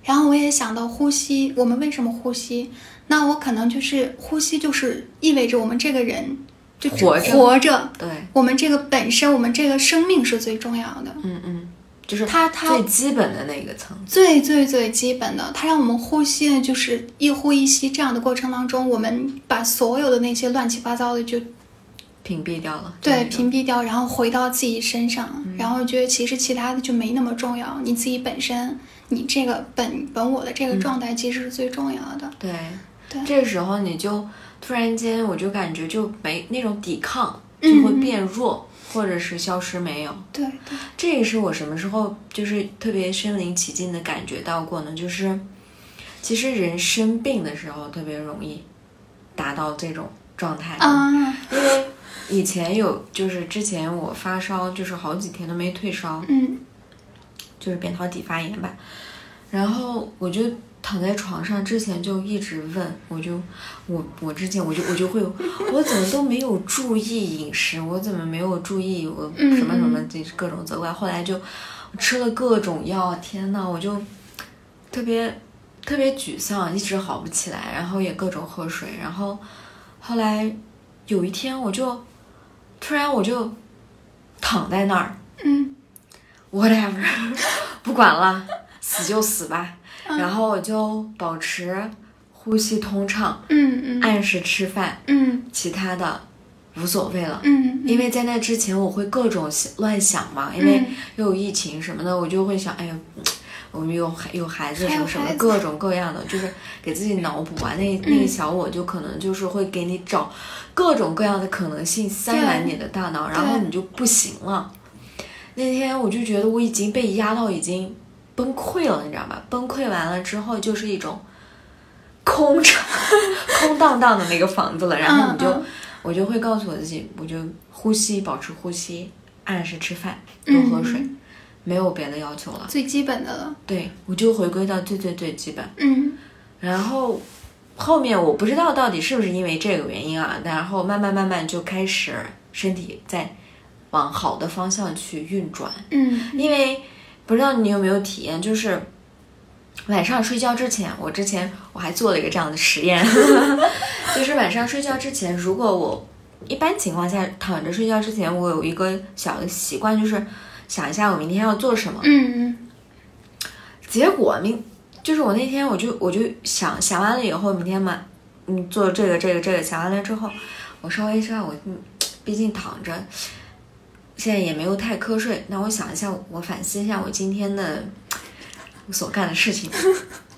A: 然后我也想到呼吸，我们为什么呼吸？那我可能就是呼吸，就是意味着我们这个人就只
B: 活着
A: 活着，
B: 对，
A: 我们这个本身，我们这个生命是最重要的。
B: 嗯嗯，就是
A: 它它
B: 最基本的那个层次，
A: 最最最基本的，它让我们呼吸呢，就是一呼一吸这样的过程当中，我们把所有的那些乱七八糟的就
B: 屏蔽掉了，就
A: 对
B: 那种
A: 屏蔽掉，然后回到自己身上，
B: 嗯
A: 然后觉得其实其他的就没那么重要，你自己本身，你这个本本我的这个状态其实是最重要的。
B: 对，
A: 对
B: 这个时候你就突然间，我就感觉就没那种抵抗，就
A: 嗯
B: 会变弱，或者是消失没有。
A: 对对，
B: 这也是我什么时候就是特别身临其境的感觉到过呢？就是其实人生病的时候特别容易达到这种状态，
A: 啊，
B: 因为以前有就是之前我发烧，就是好几天都没退烧，
A: 嗯
B: 就是扁桃体发炎吧。然后我就躺在床上，之前就一直问，我就我我之前我就我就会有， 我怎么都没有注意饮食，我怎么没有注意我
A: 嗯
B: 什么什么这各种责怪。后来就吃了各种药，天呐，我就特别特别沮丧，一直好不起来，然后也各种喝水，然后后来有一天我就突然我就躺在那儿，
A: 嗯
B: whatever，不管了，死就死吧。
A: 啊嗯
B: 然后我就保持呼吸通畅，
A: 嗯嗯
B: 按时吃饭，
A: 嗯
B: 其他的无所谓了。
A: 嗯，
B: 因为在那之前我会各种想乱想嘛，因为又有疫情什么的，我就会想，哎呀，嗯我们有孩有孩子
A: 还
B: 什
A: 有
B: 么什么
A: 孩子嗯
B: 各种各样的，就是给自己脑补啊。那那个小我就可能就是会给你找各种各样的可能性塞满你的大脑，然后你就不行了。那天我就觉得我已经被压到已经崩溃了，你知道吧？崩溃完了之后就是一种空场、 空荡荡的那个房子了，然后你就。
A: 嗯
B: 我就会告诉我自己，我就呼吸，保持呼吸，按时吃饭，多喝水，
A: 嗯
B: 没有别的要求了。
A: 最基本的了。
B: 对我就回归到最最最基本。
A: 嗯
B: 然后后面我不知道到底是不是因为这个原因啊，然后慢慢慢慢就开始身体在往好的方向去运转。
A: 嗯
B: 因为不知道你有没有体验，就是晚上睡觉之前，我之前我还做了一个这样的实验， 就是晚上睡觉之前，如果我一般情况下躺着睡觉之前，我有一个小的习惯，就是想一下我明天要做什么。
A: 嗯
B: 结果明就是我那天我就我就想想完了以后，明天嘛，嗯，做这个这个这个，想完了之后，我稍微让我嗯毕竟躺着，现在也没有太瞌睡，那我想一下，我反思一下我今天的我所干的事情，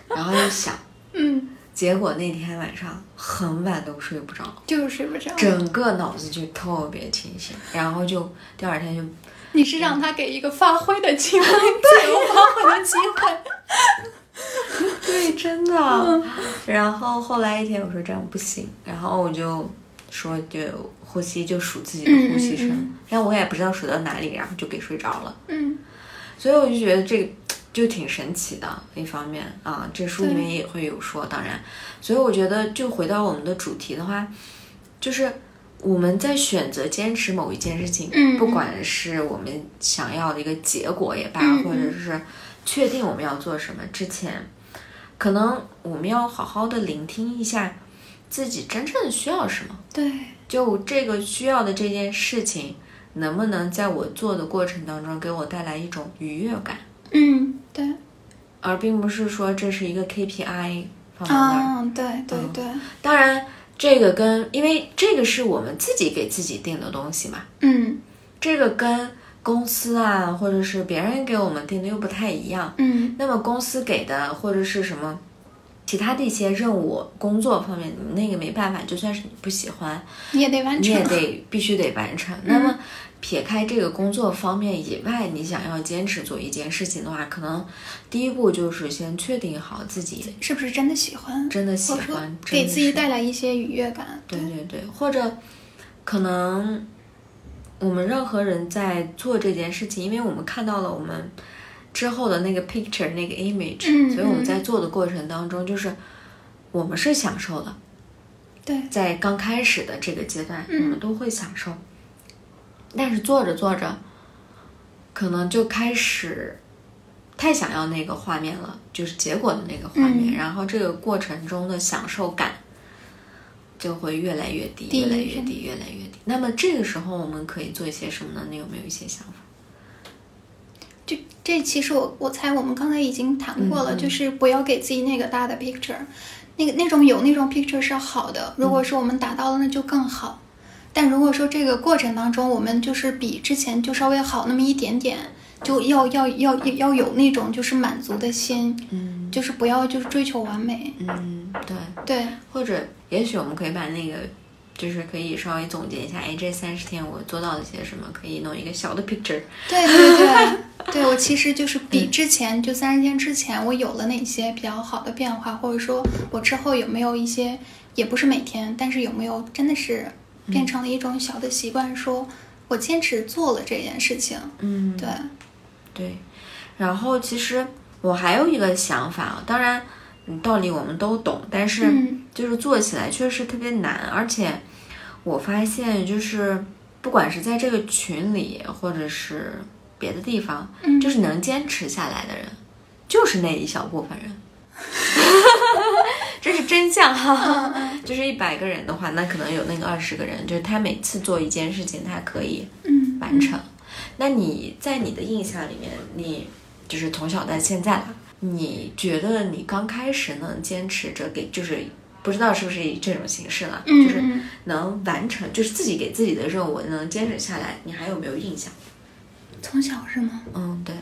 B: 然后又想，
A: 嗯，
B: 结果那天晚上很晚都睡不着，
A: 就是睡不着。
B: 整个脑子就特别清醒，然后就第二天就
A: 你是让他给一个发挥的机
B: 嗯
A: 会，自由发挥的机会。
B: 对，真的。嗯然后后来一天我说这样不行，然后我就说就呼吸就数自己的呼吸
A: 嗯
B: 声，
A: 嗯嗯
B: 然后我也不知道数到哪里，然后就给睡着了。
A: 嗯
B: 所以我就觉得这个就挺神奇的，一方面啊，这书里面也会有说，当然，所以我觉得就回到我们的主题的话，就是我们在选择坚持某一件事情，
A: 嗯嗯
B: 不管是我们想要的一个结果也罢，
A: 嗯嗯
B: 或者是确定我们要做什么之前，可能我们要好好的聆听一下自己真正需要什么。
A: 对，
B: 就这个需要的这件事情，能不能在我做的过程当中给我带来一种愉悦感，
A: 嗯对，
B: 而并不是说这是一个 KPI 放在那儿。
A: 啊，对对对，
B: 当然，这个跟因为这个是我们自己给自己定的东西嘛，
A: 嗯
B: 这个跟公司啊或者是别人给我们定的又不太一样。
A: 嗯
B: 那么公司给的或者是什么其他的一些任务、工作方面，那个没办法，就算是你不喜欢，
A: 你也得完
B: 你
A: 成
B: 也。得必须得完成。那
A: 嗯
B: 么，撇开这个工作方面以外，你想要坚持做一件事情的话，可能第一步就是先确定好自己
A: 是不是真的喜欢？
B: 真的喜
A: 或者说
B: 欢，
A: 给
B: 真的
A: 自己
B: 是
A: 带来一些愉悦感。
B: 对对对，或者可能我们任何人在做这件事情，因为我们看到了我们之后的那个 picture 那个 image，、
A: 嗯
B: 所以我们
A: 嗯
B: 在做的过程当中，就是我们是享受的，
A: 对
B: 在刚开始的这个阶段，
A: 嗯
B: 我们都会享受，但是做着做着，可能就开始太想要那个画面了，就是结果的那个画面，
A: 嗯
B: 然后这个过程中的享受感就会越来越低，
A: 低
B: 越来
A: 是
B: 越
A: 吗
B: 低，越来越低。那么这个时候我们可以做一些什么呢？你有没有一些想法？
A: 这这其实我我猜我们刚才已经谈过了，
B: 嗯嗯
A: 就是不要给自己那个大的 picture，那个那种有那种 picture 是好的，如
B: 嗯
A: 果说我们达到了那就更好。但如果说这个过程当中我们就是比之前就稍微好那么一点点，就要要要要有那种就是满足的心，
B: 嗯
A: 就是不要就是追求完美。
B: 嗯，对，
A: 对，
B: 或者也许我们可以把那个。就是可以稍微总结一下，哎，这三十天我做到了些什么？可以弄一个小的 picture，
A: 对对对，对我其实就是比
B: 嗯
A: 之前就三十天之前，我有了哪些比较好的变化，或者说我之后有没有一些，也不是每天，但是有没有真的是
B: 嗯
A: 变成了一种小的习惯，说我坚持做了这件事情。
B: 嗯，
A: 对，
B: 对，然后其实我还有一个想法啊，当然嗯道理我们都懂，但是
A: 嗯
B: 就是做起来确实特别难，而且我发现就是不管是在这个群里，或者是别的地方，
A: 嗯，
B: 就是能坚持下来的人，就是那一小部 分人。这是真相哈、
A: 嗯
B: 就是一百个人的话，那可能有那个二十个人，就是他每次做一件事情，他可以
A: 嗯
B: 完成。那你在你的印象里面，你就是从小到现在了，你觉得你刚开始能坚持着给，就是不知道是不是以这种形式了，
A: 嗯
B: 就是
A: 嗯
B: 能完成，就是自己给自己的任务能坚持下来，你还有没有印象？
A: 从小是吗？
B: 嗯，对，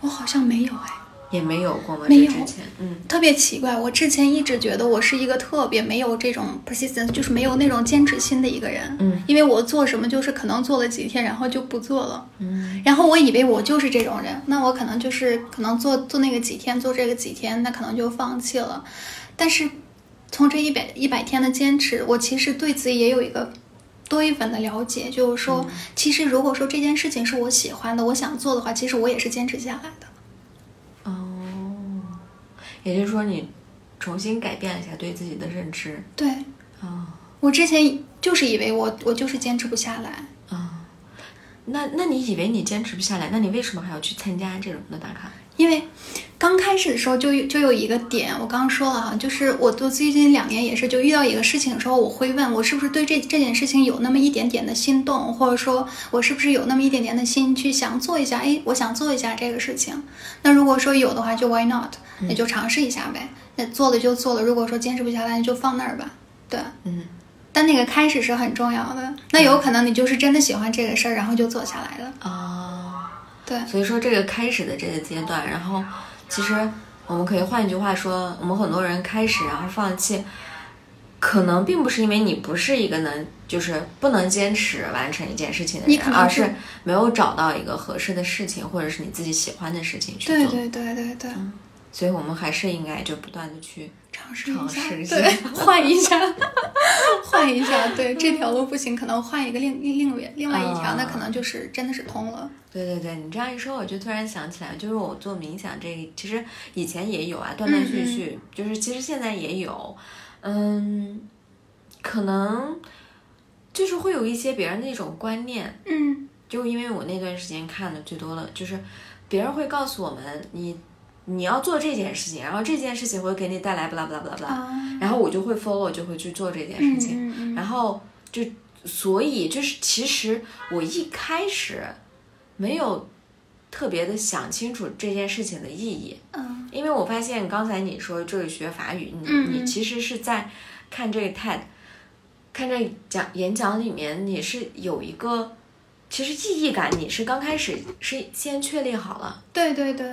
A: 我好像没有哎。
B: 也没有过吗？
A: 没
B: 这
A: 有
B: 之前，嗯
A: 特别奇怪，我之前一直觉得我是一个特别没有这种 persistence，就是没有那种坚持心的一个人。
B: 嗯，
A: 因为我做什么就是可能做了几天，然后就不做了。
B: 嗯，
A: 然后我以为我就是这种人，那我可能就是可能做做那个几天，做这个几天，那可能就放弃了。但是从这一百一百天的坚持，我其实对自己也有一个多一份的了解，就是说，
B: 嗯
A: 其实如果说这件事情是我喜欢的，我想做的话，其实我也是坚持下来的。
B: 哦，也就是说你重新改变了一下对自己的认知，
A: 对
B: 哦。
A: 我之前就是以为我我就是坚持不下来。嗯
B: 啊、那那你以为你坚持不下来，那你为什么还要去参加这种的打卡？
A: 因为刚开始的时候就有就有一个点，我刚刚说了哈，就是我我最近两年也是，就遇到一个事情的时候，我会问我是不是对这这件事情有那么一点点的心动，或者说我是不是有那么一点点的心去想做一下，哎，我想做一下这个事情。那如果说有的话，就 why not，那
B: 嗯
A: 就尝试一下呗。那做了就做了，如果说坚持不下来，就放那儿吧。对，
B: 嗯，
A: 但那个开始是很重要的。那有可能你就是真的喜欢这个事儿，然后就做下来了。
B: 啊、
A: 哦对，
B: 所以说这个开始的这个阶段，然后其实我们可以换一句话说，我们很多人开始然后放弃，可能并不是因为你不是一个能就是不能坚持完成一件事情的
A: 你
B: 人
A: 可，能
B: 而
A: 是
B: 是没有找到一个合适的事情，或者是你自己喜欢的事情去做。嗯
A: 对对对对对，
B: 所以我们还是应该就不断的去
A: 尝试
B: 尝试
A: 一
B: 一
A: 下，
B: 下
A: 对， 换一下，换一 下，对，这条路不行，可能换一个另另另外另外一条，
B: 啊
A: 那可能就是真的是通了。
B: 对对对，你这样一说，我就突然想起来，就是我做冥想这个，其实以前也有啊，断断续续，就是其实现在也有，嗯，可能就是会有一些别人的一种观念，
A: 嗯
B: 就因为我那段时间看的最多的就是别人会告诉我们你你要做这件事情，然后这件事情会给你带来不啦不啦不啦不啦，
A: 啊，
B: 然后我就会 follow 就会去做这件
A: 嗯
B: 事情，
A: 嗯
B: 然
A: 嗯，
B: 后就所以就是其实我一开始没有特别的想清楚这件事情的意义，
A: 嗯
B: 因为我发现刚才你说这个学法语，你
A: 嗯
B: 你
A: 嗯
B: 其实是在看这个 TED，看这讲演讲里面你是有一个。其实意义感你是刚开始是先确立好了，
A: 对对对，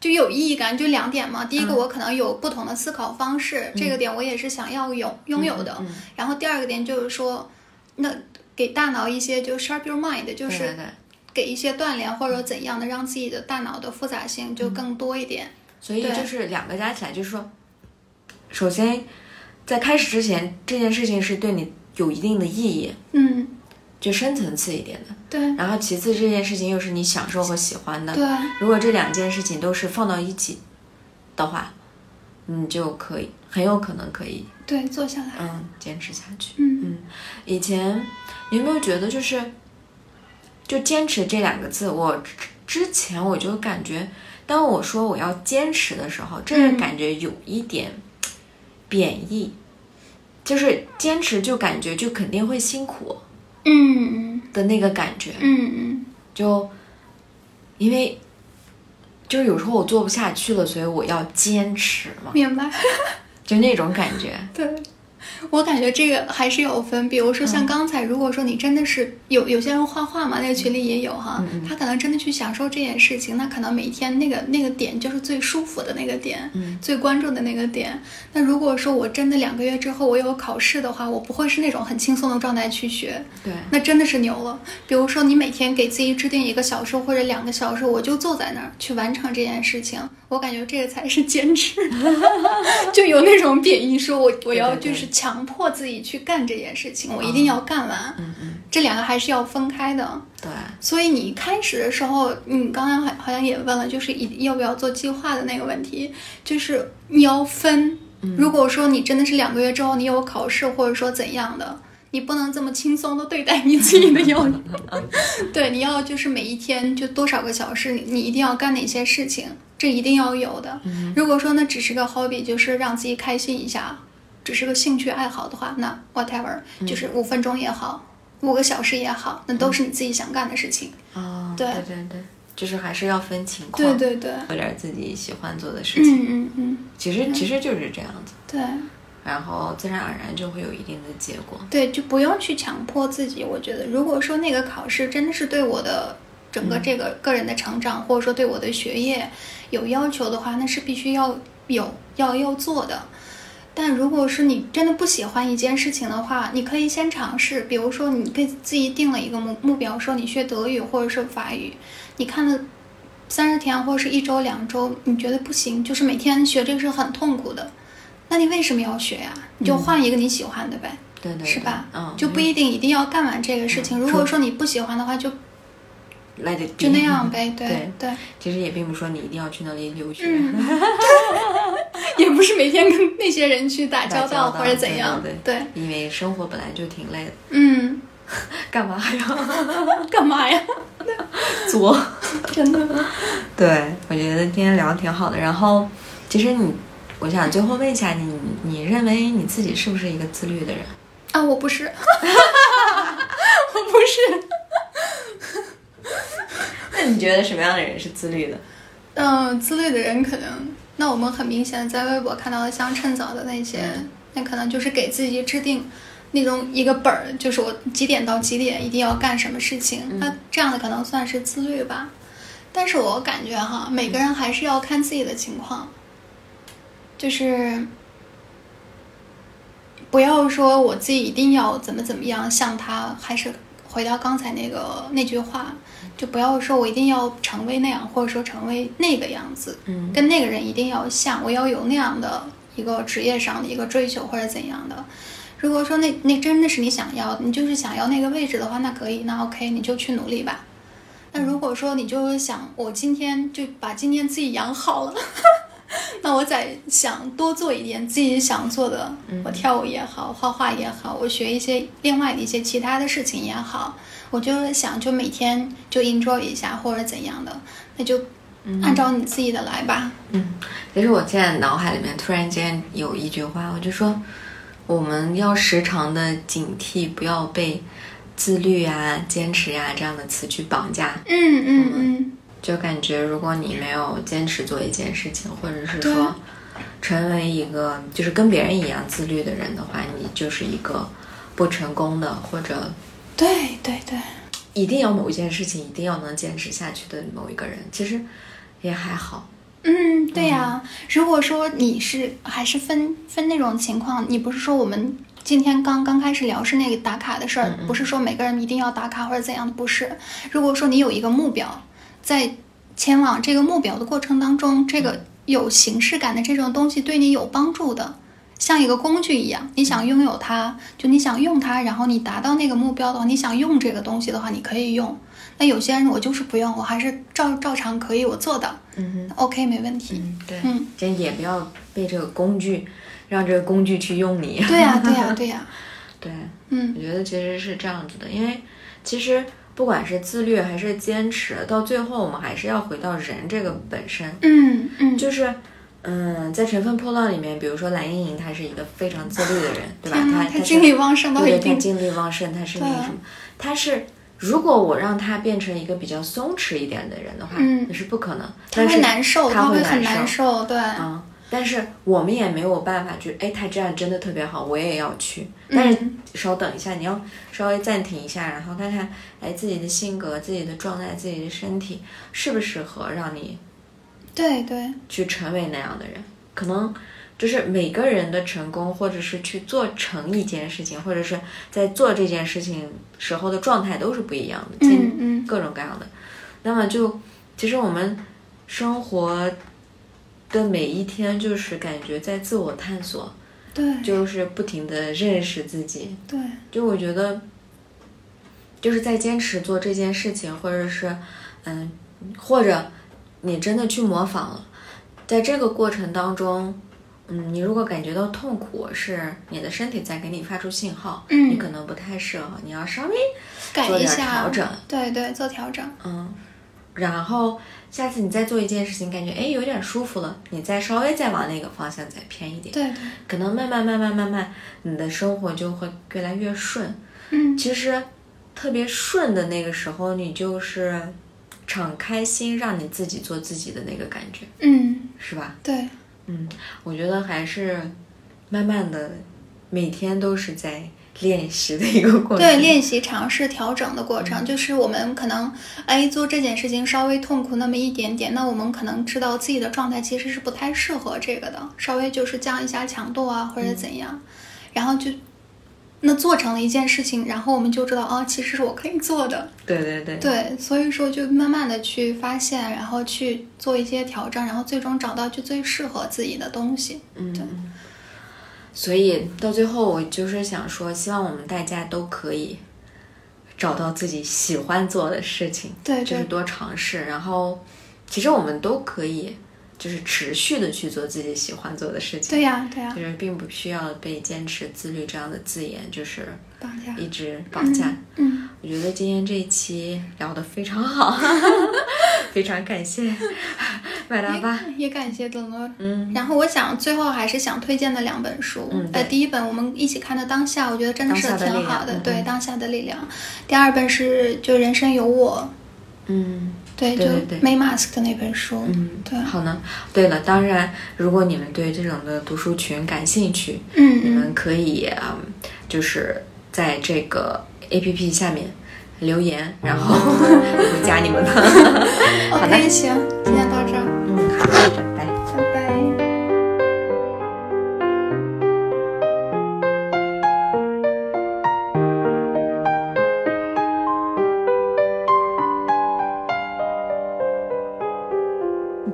A: 就有意义感，就两点嘛。第一个，我可能有不同的思考方式，这个点我也是想要有拥有的。然后第二个点就是说，那给大脑一些就 sharp your mind，就
B: 对
A: 是
B: 对对
A: 给一些锻炼或者怎样的，让自己的大脑的复杂性就更多一点。
B: 所以
A: 对
B: 就是两个加起来，就是说，首先在开始之前，这件事情是对你有一定的意义，
A: 嗯，
B: 就深层次一点的。
A: 对
B: 然后其次，这件事情又是你享受和喜欢的。
A: 对，
B: 如果这两件事情都是放到一起的话，你就可以很有可能可以
A: 对，坐下来，
B: 嗯坚持下去。
A: 嗯
B: 以前你有没有觉得就是，就坚持这两个字，我之之前我就感觉，当我说我要坚持的时候，这
A: 嗯
B: 个感觉有一点贬义，就是坚持就感觉就肯定会辛苦
A: 嗯
B: 的那个感觉，
A: 嗯嗯
B: 就因为就是有时候我做不下去了，所以我要坚持嘛
A: 嗯，，明白。
B: 就那种感觉。
A: 对，我感觉这个还是有分。比如说像刚才，如果说你真的是有有些人画画嘛，那个群里也有哈，他可能真的去享受这件事情，那可能每天那个那个点就是最舒服的那个点，
B: 嗯
A: 最关注的那个点。那如果说我真的两个月之后我有考试的话，我不会是那种很轻松的状态去学，
B: 对，
A: 那真的是牛了。比如说，你每天给自己制定一个小时或者两个小时，我就坐在那儿去完成这件事情，我感觉这个才是坚 持。就有那种贬义说，我我要
B: 对对对嗯
A: 就是强迫自己去干这件事情，我一定要干完。这两个还是要分开的。
B: 对，
A: 所以你开始的时候，你刚刚好好像也问了，就是一要不要做计划的那个问题，就是你要分。如果说你真的是两个月之后你有考试，或者说怎样的，你不能这么轻松的对待你自己的要求。对，你要就是每一天就多少个小时，你你一定要干哪些事情，这一定要有的。如果说那只是个 hobby，就是让自己开心一下，只是个兴趣爱好的话，那 whatever，、就是五分钟也好，五个小时也好，那都是你自己想干的事情。
B: 哦，
A: 对
B: 对对对，就是还是要分情况。
A: 对对对，
B: 做点自己喜欢做的事情，
A: 嗯嗯嗯，
B: 其实其实就是这样子，
A: 对
B: 然后自然而然就会有一定的结果。
A: 对，就不用去强迫自己。我觉得，如果说那个考试真的是对我的整个这个个人的成长，或者说对我的学业有要求的话，那是必须要有要要做的。但如果是你真的不喜欢一件事情的话，你可以先尝试，比如说你给自己定了一个目目标，说你学德语或者是法语，你看了三十天或者是一周两周，你觉得不行，就是每天学这个是很痛苦的，那你为什么要学呀、你就换一个你喜欢的呗，
B: 对对对，
A: 是吧？
B: 嗯，
A: 就不一定一定要干完这个事情。
B: 嗯
A: 如果说你不喜欢的话，就
B: 来得
A: 就那样。呗，
B: 嗯对
A: 对，
B: 其实也并不是说你一定要去那里留学，
A: 嗯也不是每天跟那些人去打
B: 打
A: 交道
B: 交道
A: 或者怎样，
B: 对
A: 对，
B: 因为生活本来就挺累的，
A: 嗯，
B: 干嘛还要
A: 干嘛呀？
B: 作？
A: 真的，
B: 对，我觉得今天聊的挺好的。然后，其实你，我想最后问一下你，你认为你自己是不是一个自律的 人？
A: 啊，我不是，我不是，
B: 那你觉得什么样的人是自律的？
A: 嗯、自律的人可能，那我们很明显地在微博看到的像趁早的那些，那可能就是给自己制定那种一个本儿，就是我几点到几点一定要干什么事情，那这样的可能算是自律吧。但是我感觉哈，每个人还是要看自己的情况，就是不要说我自己一定要怎么怎么样，像他，还是回到刚才那个那句话，就不要说我一定要成为那样，或者说成为那个样子，
B: 嗯
A: 跟那个人一定要像，我要有那样的一个职业上的一个追求或者怎样的。如果说那那真的是你想要，你就是想要那个位置的话，那可以，那 OK，你就去努力吧。那如果说你就是想我今天就把今天自己养好了， 那我再想多做一点自己想做的，我跳舞也好，画画也好，我学一些另外的一些其他的事情也好，我就是想就每天就 enjoy 一下或者怎样的，那就按照你自己的来吧。
B: 嗯，其实我现在脑海里面突然间有一句话，我就说，我们要时常的警惕，不要被自律啊、坚持啊这样的词去绑架。
A: 嗯嗯嗯，
B: 就感觉如果你没有坚持做一件事情，或者是
A: 对
B: 说成为一个就是跟别人一样自律的人的话，你就是一个不成功的，或者
A: 对对对，
B: 一定要某一件事情一定要能坚持下去的某一个人。其实也还好，
A: 嗯，对呀、如果说你是还是分分那种情况，你不是说我们今天刚刚开始聊是那个打卡的事儿，不是说每个人一定要打卡或者怎样，不是。如果说你有一个目标，在前往这个目标的过程当中，这个有形式感的这种东西对你有帮助的，像一个工具一样，你想拥有它，就你想用它，然后你达到那个目标的话，你想用这个东西的话，你可以用。那有些人我就是不用，我还是照照常可以，我做到。
B: 嗯
A: OK，没问题。
B: 哼，对，
A: 嗯，
B: 这也不要被这个工具，让这个工具去用你。
A: 对呀、 对呀、对呀、
B: 对，
A: 嗯
B: 我觉得其实是这样子的，因为其实不管是自律还是坚持，到最后我们还是要回到人这个本身，
A: 嗯嗯，
B: 就是。嗯，在《乘风破浪》里面，比如说蓝莹莹，她是一个非常自律的人，对吧？
A: 天
B: 她
A: 呐，
B: 她
A: 他
B: 是
A: 嗯精力旺盛到一
B: 对他
A: 定，
B: 精力旺盛，他是那
A: 对
B: 个
A: 啊
B: 什么，他是如果我让他变成一个比较松弛一点的人的话，
A: 嗯
B: 那是不可能。
A: 他
B: 但
A: 会
B: 是
A: 难受，
B: 他
A: 会
B: 会
A: 很
B: 难
A: 难受，对，
B: 啊，但是我们也没有办法去，哎，他这样真的特别好，我也要去。但是
A: 嗯
B: 稍等一下，你要稍微暂停一下，然后看看，哎，自己的性格、自己的状态、自己的身体适不适合让你
A: 对对，
B: 去成为那样的人，可能。就是每个人的成功，或者是去做成一件事情，或者是在做这件事情时候的状态都是不一样的。今
A: 嗯嗯，
B: 各种各样的。那么就其实我们生活的每一天，就是感觉在自我探索，
A: 对
B: 就是不停的认识自己。
A: 对，
B: 就我觉得，就是在坚持做这件事情，或者是嗯，或者你真的去模仿了，在这个过程当中。嗯，你如果感觉到痛苦，是你的身体在给你发出信号，
A: 嗯
B: 你可能不太适合，你要稍微
A: 改
B: 做
A: 一
B: 点
A: 下
B: 调，整，
A: 对对，做调整，
B: 嗯，然后下次你再做一件事情，感觉哎有点舒服了，你再稍微再往那个方向再偏一点，
A: 对对，
B: 可能慢慢慢慢慢慢，你的生活就会越来越顺。
A: 嗯
B: 其实特别顺的那个时候，你就是敞开心，让你自己做自己的那个感觉，
A: 嗯，
B: 是吧？
A: 对，
B: 嗯，我觉得还是慢慢的，每天都是在练习的一个过程。嗯
A: 对，练习尝试调整的过程，就是我们可能哎做这件事情稍微痛苦那么一点点，那我们可能知道自己的状态其实是不太适合这个的，稍微就是降一下强度啊，或者
B: 嗯
A: 怎样，然后就那做成了一件事情，然后我们就知道哦，其实是我可以做的，
B: 对对对
A: 对，所以说就慢慢的去发现，然后去做一些调整，然后最终找到就最适合自己的东西。
B: 嗯，所以到最后，我就是想说，希望我们大家都可以找到自己喜欢做的事情，
A: 对
B: 就
A: 对
B: 是多尝试。然后，其实我们都可以，就是持续的去做自己喜欢做的事情。
A: 对呀、对呀、
B: 就是并不需要被“坚持”“自律”这样的字眼，就是
A: 绑架。
B: 一直绑架。
A: 嗯，
B: 我觉得今天这一期聊得非常好， 非常感谢麦达巴。
A: 嗯也感谢德诺。
B: 啊嗯，
A: 然后我想最后还是想推荐的两本书，
B: 嗯
A: 呃，
B: 对
A: 第一本我们一起看的《当下》，我觉得真的是
B: 当下的
A: 挺
B: 力量
A: 好
B: 嗯
A: 的，
B: 嗯
A: 对《当下的力量》。第二本是就《人生有我
B: 嗯。》，
A: 对，
B: 对
A: 就
B: 对对
A: May Mask 的那本书，
B: 嗯，
A: 对，
B: 好呢。对了，当然，如果你们对这种的读书群感兴趣，
A: 嗯
B: 你
A: 嗯，
B: 们可以嗯，就是在这个 A P P 下面留言，然后 我会加你们的。
A: 嗯，OK，行，今天到这儿，
B: 嗯，好的，拜拜。
A: 拜拜。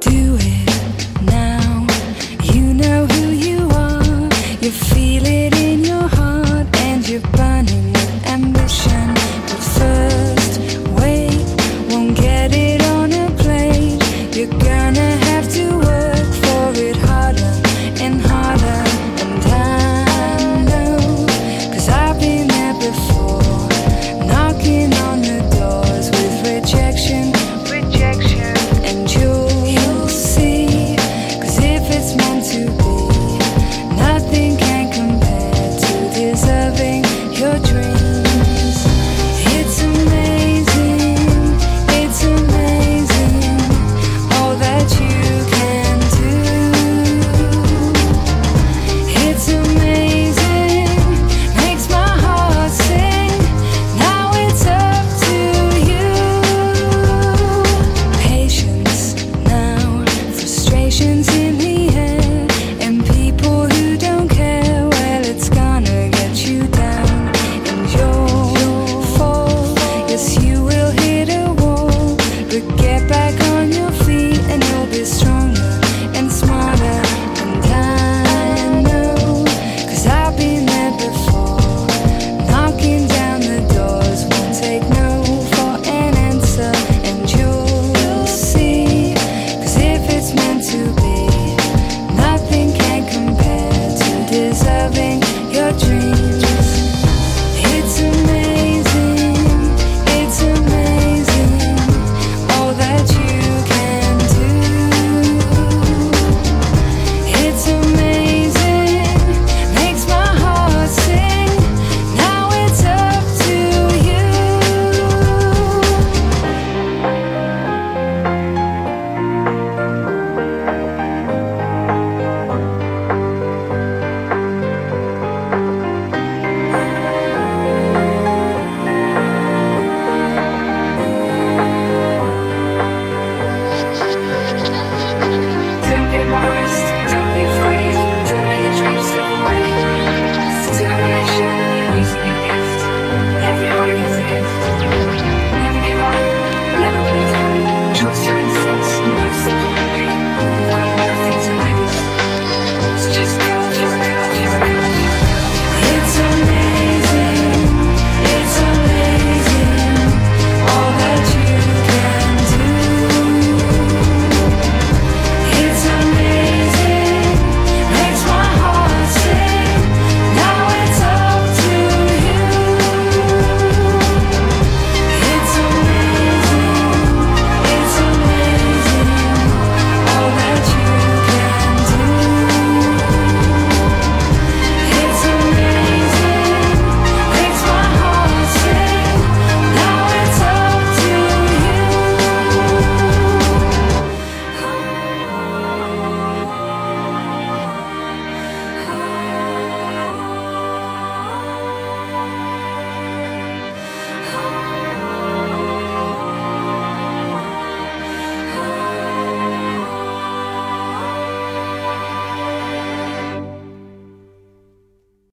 C: Do it now. You know who you are. You feel it in your heart, and you're burning with ambition. But first, wait. Won't get it on a plate. You're gonna have to work.